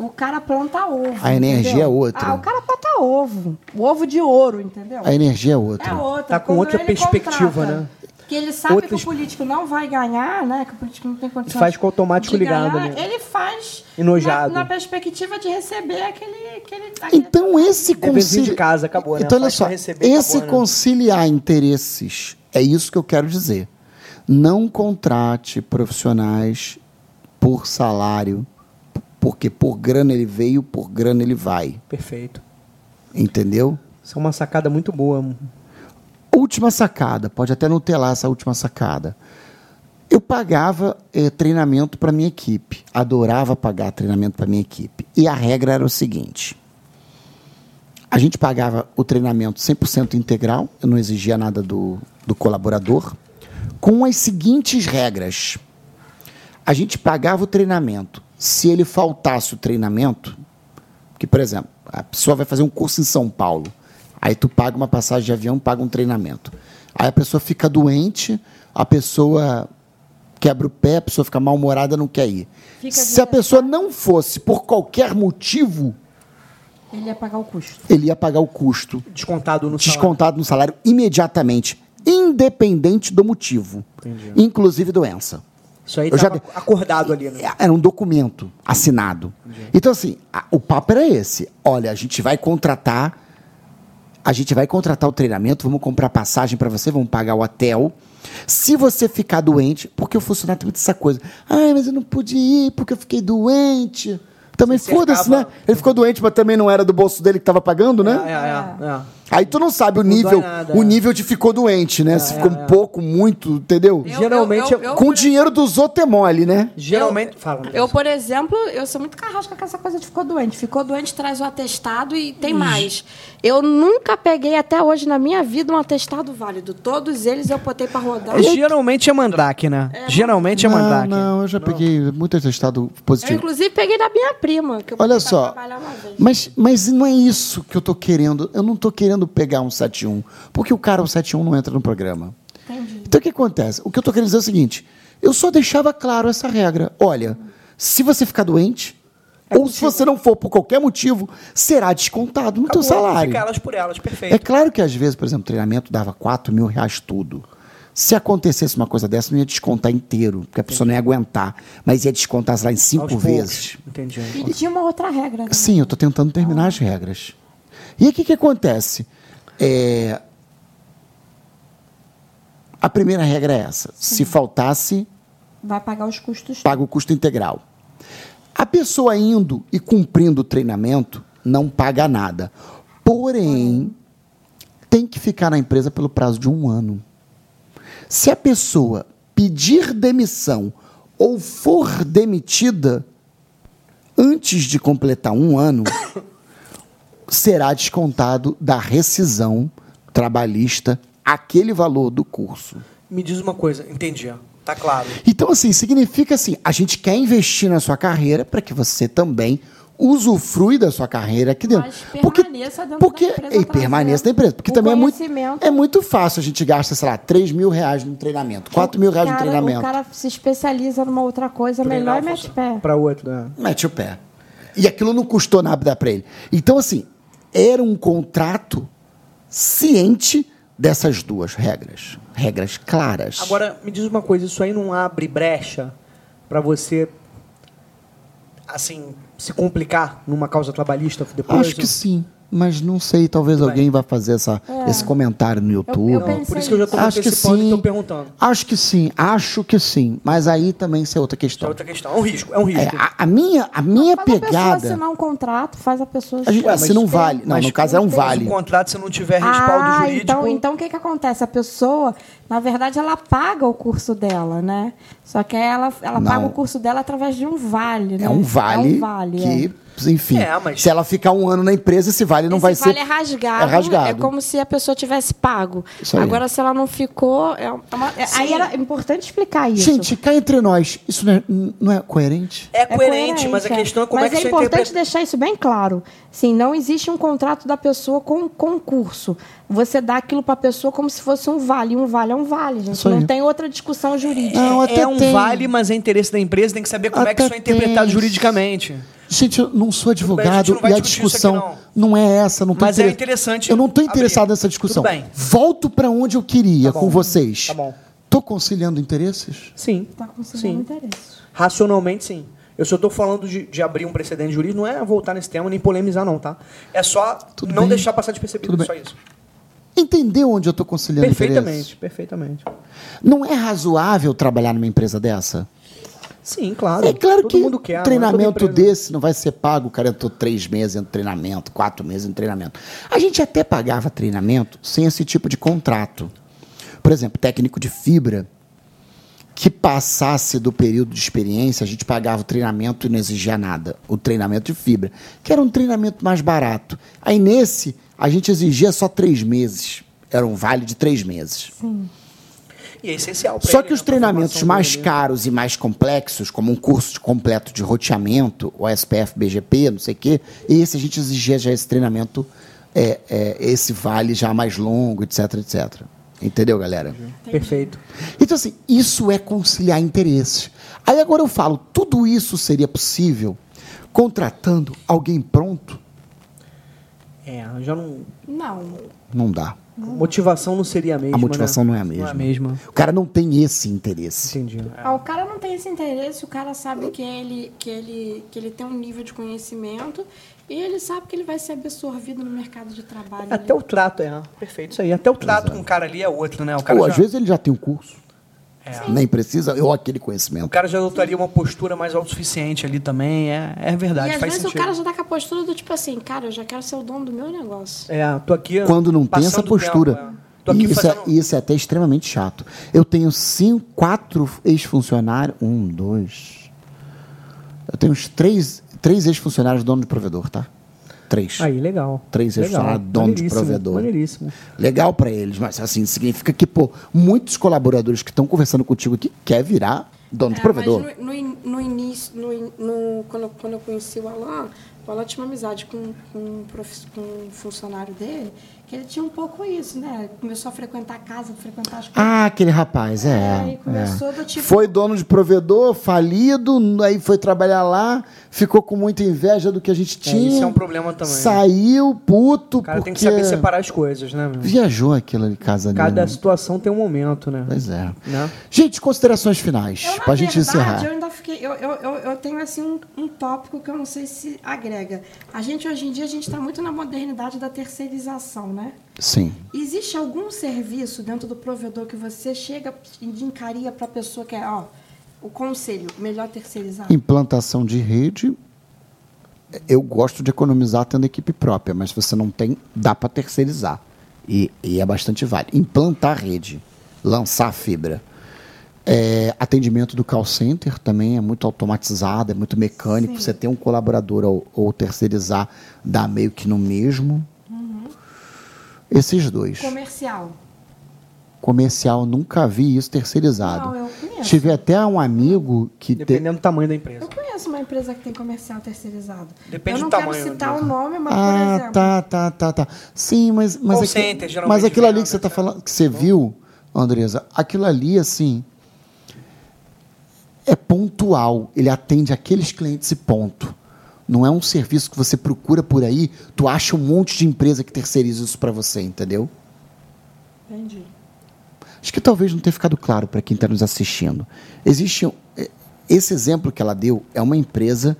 o cara planta ovo.
A energia
entendeu?
é outra.
Ah, o cara planta ovo, o ovo de ouro, entendeu?
A energia é outra.
É outra.
Tá com
Quando
outra
ele
perspectiva,
contrata,
né?
Que ele sabe
Outra
que o
es-
político não vai ganhar, né? Que o político não tem condições.
Faz com o automático
de
ligado
ganhar,
ali.
Ele faz
Enojado.
Na, na perspectiva de receber aquele. aquele aquele-
Então esse
Deverzinho
conciliar
de casa, acabou, né?
Então olha
Faz pra
só,
receber,
esse
acabou, né?
conciliar interesses é isso que eu quero dizer. Não contrate profissionais por salário, porque por grana ele veio, por grana ele vai,
Perfeito.
entendeu?
Isso é uma sacada muito boa. um
Última sacada, pode até não ter lá essa última sacada. Eu pagava eh, treinamento para minha equipe, adorava pagar treinamento para minha equipe. E a regra era o seguinte: a gente pagava o treinamento 100% integral, eu não exigia nada do, do colaborador, com as seguintes regras: a gente pagava o treinamento. Se ele faltasse o treinamento, que, por exemplo, a pessoa vai fazer um curso em São Paulo. Aí tu paga uma passagem de avião, paga um treinamento. Aí a pessoa fica doente, a pessoa quebra o pé, a pessoa fica mal-humorada, não quer ir.
Fica
Se a
vindo-
pessoa não fosse por qualquer motivo,
Ele ia pagar o custo.
ele ia pagar o custo
Descontado no
descontado no salário imediatamente, independente do motivo, inclusive doença.
salário. Isso aí
Eu já
tava acordado ali, né?
É- Era um documento assinado. Então, assim, a- o papo era esse. Olha, a gente vai contratar, a gente vai contratar o treinamento, vamos comprar passagem para você, vamos pagar o hotel. Se você ficar doente, porque o funcionário tem muita essa coisa. Ai, mas eu não pude ir porque eu fiquei doente. Também
Você acaba-
foda-se, né? Ele ficou doente, mas também não era do bolso dele que tava pagando, né?
É, é, é.
Aí tu não sabe o
dói
nível,
nada,
o
é.
nível de ficou doente, né? Se ficou um pouco, muito, entendeu?
Eu- Geralmente eu-
Com o dinheiro dos outros é mole, né?
Geralmente. Fala, Andressa.
Eu, por exemplo, eu sou muito carrasca com essa coisa de ficou doente. Ficou doente, traz o atestado e tem mais. Eu nunca peguei até hoje na minha vida um atestado válido. Todos eles eu botei pra rodar.
Geralmente é mandrake, né? Geralmente é
Não,
mandrake.
não, eu já peguei muito atestado
Eu,
positivo.
inclusive, peguei da minha prima. Que eu
Olha
botei pra
só,
trabalhar uma vez.
mas,
Mas não é isso que eu tô querendo. Eu não tô querendo pegar um 71, porque o cara um 71 não entra no programa. Então o que acontece? O que eu tô querendo dizer é o seguinte: eu só deixava claro essa regra. Olha, se você ficar doente,
É
ou se você não for por qualquer motivo, será descontado no teu
Acabou,
salário.
Fica elas por elas, perfeito.
É claro que às vezes, por exemplo, treinamento dava 4 mil reais tudo. Se acontecesse uma coisa dessa, não ia descontar inteiro, porque a pessoa não ia aguentar. Mas ia descontar, sei lá, em
Aos
cinco
poucos.
vezes.
Entendi.
E tinha uma outra regra. né?
Sim, eu estou tentando terminar as regras. E aí o que, que acontece? É, A primeira regra é essa. Se faltasse,
Vai pagar os custos.
paga o custo integral. A pessoa indo e cumprindo o treinamento não paga nada. Porém, tem que ficar na empresa pelo prazo de um ano. Se a pessoa pedir demissão ou for demitida antes de completar um ano, será descontado da rescisão trabalhista aquele valor do curso.
Me diz uma coisa, entendi. Tá claro.
É
Então, assim, significa assim, a gente quer investir na sua carreira para que você também usufrui da sua carreira aqui dentro.
Mas
porque,
permaneça dentro
porque,
da empresa
E
trazendo
permaneça na empresa. Porque
o
também é muito,
conhecimento.
é muito fácil. A gente gasta, sei lá, 3 mil reais no treinamento, 4 mil reais
O
no
cara-
treinamento.
O cara se especializa numa outra coisa, melhor e mete pé.
Pra outro, né?
Mete o pé. E aquilo não custou nada para ele. Então, assim, era um contrato ciente dessas duas regras. Regras claras.
Agora, me diz uma coisa, isso aí não abre brecha pra você, assim, se complicar numa causa trabalhista depois?
Acho que sim, mas não sei. Talvez alguém vá fazer essa, esse comentário no YouTube.
eu pensei-
Por isso que eu já tô
Acho que
antecipando e
sim.
tô perguntando.
Acho que sim, acho que sim. Mas aí também isso é outra
Isso é
questão.
outra questão. É um risco, é um
É,
risco.
a, a minha, a minha
Faz a pessoa
pegada.
assinar um contrato, faz a pessoa...
A gente
Ué,
assina um
mas-
vale. Não, no caso é um
Se
vale.
o contrato, se não tiver
É
respaldo
Ah,
jurídico...
então, então o que, que acontece? A pessoa, na verdade, ela paga o curso dela, né? Só que ela, ela
Não.
paga o curso dela através de um vale, né?
É um vale,
É um vale, é.
que, enfim,
É, mas-
se ela ficar um ano na empresa, esse vale não
Esse
vai
vale
ser.
é rasgado,
é rasgado.
é como se a pessoa tivesse pago.
Isso aí.
Agora, se ela não ficou... é uma- é- aí era importante explicar isso.
Gente, cá entre nós, isso não é, não é coerente?
É,
É
coerente, mas a
é.
questão é como
Mas
é que você
importante
interpreta.
deixar isso bem claro. Sim, não existe um contrato da pessoa com um concurso. Você dá aquilo para a pessoa como se fosse um vale. Um vale é um vale, gente.
Isso aí.
não tem outra discussão jurídica.
Não, Então, até
É um
tem.
vale, mas é interesse da empresa, tem que saber como é que isso é
Até
interpretado
tem.
juridicamente.
Gente, eu não
bem, a
sou
gente
advogado
não vai
e a
discutir isso
discussão
aqui,
não. é essa. Não tô
Mas é
intere-
interessante
Eu não estou
abrir.
interessado nessa discussão.
Tudo bem.
Volto para onde eu queria
Tá bom.
com vocês.
Tá bom.
Tô conciliando interesses?
Sim,
Tá considerando
sim.
interesse.
Racionalmente, sim. Eu só tô falando de, de abrir um precedente jurídico, não é voltar nesse tema nem polemizar, não, tá? É só
Tudo
não
bem.
deixar passar despercebido,
Tudo
só isso.
Entendeu onde eu estou conciliando
Perfeitamente,
interesses?
perfeitamente.
Não é razoável trabalhar numa empresa dessa?
Sim, claro.
É claro
Todo
que
mundo quer, não é toda
treinamento
empresa.
desse não vai ser pago. O cara entrou três meses em treinamento, quatro meses em treinamento. A gente até pagava treinamento sem esse tipo de contrato. Por exemplo, técnico de fibra que passasse do período de experiência, a gente pagava o treinamento e não exigia nada. O treinamento de fibra, que era um treinamento mais barato. Aí nesse, a gente exigia só três meses. Era um vale de três meses.
E é essencial pra
Só
ele,
que os
né, pra
treinamentos
formação
mais
dele.
caros e mais complexos, como um curso de- completo de roteamento, o SPF, BGP, não sei o quê, esse a gente exigia já esse treinamento, é, é, esse vale já mais longo, etc, etc.
Entendeu, galera?
Perfeito.
Então, assim, isso é conciliar interesses. Aí agora eu falo, tudo isso seria possível contratando alguém pronto?
É, eu já não.
Não.
Não dá.
Motivação não seria a mesma.
A motivação
né?
não é a mesma.
Não é a mesma.
O cara não tem esse interesse.
Entendi.
Ah, o cara não tem esse interesse, o cara sabe que ele, que, ele, que ele tem um nível de conhecimento e ele sabe que ele vai ser absorvido no mercado de trabalho. né?
Até o trato, é. Perfeito isso aí. Até o trato. um
Trato com o cara ali é outro, né? O cara
Ou
já, É.
às vezes ele já tem um curso. Nem precisa, ou aquele conhecimento.
o cara já adotaria uma postura mais autossuficiente ali também. É, é
E
verdade,
às
faz
vezes
sentido.
o cara já tá com a postura do tipo assim, cara, eu já quero ser o dono do meu negócio.
É, tô aqui.
quando não tem
passando
essa
o
postura.
tempo, é. Tô aqui
isso,
fazendo.
um-
é, isso é até extremamente chato. Eu tenho cinco, quatro ex-funcionários. Um, dois. Eu tenho uns três, três ex-funcionários dono de provedor, tá? Três.
Aí, legal.
Três
legal.
ex-funcionários dono de
Maneiríssimo,
provedor.
Maneiríssimo.
Legal pra eles, mas assim, significa que, pô, muitos colaboradores que estão conversando contigo aqui quer virar dono de
É,
provedor.
Mas no, no in- no início, no, in- no- quando, eu- quando eu conheci o Alan, o Alan tinha uma amizade com, com, um profi- com um funcionário dele, que ele tinha um pouco isso, né? Começou a frequentar a casa, frequentar as coisas.
Ah, aquele rapaz, é.
É, e começou
é.
do tipo-
Foi dono de provedor, falido, n- aí foi trabalhar lá, ficou com muita inveja do que a gente tinha.
isso é um problema também.
Saiu puto
O cara
porque
tem que saber separar as coisas, né? meu?
viajou aquilo de casa
Cada
dele. né?
situação tem um momento, né?
Pois é.
Né?
Gente, considerações finais,
Eu, na
pra gente
verdade,
encerrar.
Eu ainda fiquei. Eu, eu, eu, eu tenho assim um, um tópico que eu não sei se agrega. A gente hoje em dia a gente está muito na modernidade da terceirização, né?
Sim.
Existe algum serviço dentro do provedor que você chega e indicaria para a pessoa que é, ó, o conselho, melhor terceirizar?
Implantação de rede. Eu gosto de economizar tendo equipe própria, mas se você não tem, dá para terceirizar. E, e é bastante válido. Implantar rede, lançar fibra. É, atendimento do call center também é muito automatizado, é muito mecânico. Você tem um colaborador ou, ou terceirizar, dá meio que no mesmo.
Uhum.
Esses dois.
Comercial.
Comercial, nunca vi isso terceirizado.
Não, eu conheço.
Tive até um amigo que. te-
Dependendo do tamanho da
Eu
empresa.
conheço uma empresa que tem comercial terceirizado.
Depende
eu não
do tamanho
quero
da
citar o
empresa.
nome, mas por
Ah,
exemplo.
tá, tá, tá, tá. Sim, mas mas,
Call
aqui-
center, geralmente
mas aquilo ali que
venda,
você tá
tá?
falando, que você viu, Andresa, aquilo ali assim é pontual, ele atende aqueles clientes e ponto. Não é um serviço que você procura por aí, tu acha um monte de empresa que terceiriza isso para você, entendeu?
Entendi.
Acho que talvez não tenha ficado claro para quem está nos assistindo. Existe um- eh, esse exemplo que ela deu é uma empresa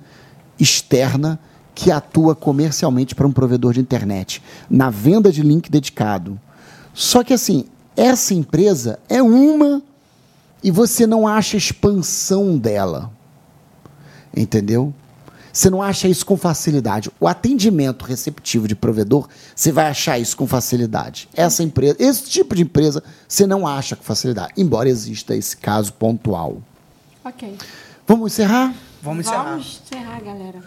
externa que atua comercialmente para um provedor de internet na venda de link dedicado. Só que assim essa empresa é uma e você não acha expansão dela, entendeu? Você não acha isso com facilidade. O atendimento receptivo de provedor, você vai achar isso com facilidade. Essa empresa, esse tipo de empresa, você não acha com facilidade, embora exista esse caso pontual.
Ok.
Vamos encerrar?
Vamos encerrar.
Vamos encerrar, galera.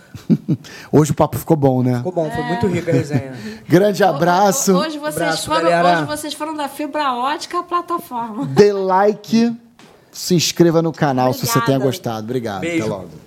Hoje o papo ficou bom, né?
Ficou bom, foi muito rica a resenha.
Grande abraço,
Hoje vocês,
Abraço,
foram,
galera.
hoje vocês foram da fibra ótica à plataforma.
dê like, se inscreva no canal se você
Obrigada.
tenha gostado. Obrigado.
Beijo.
Até logo.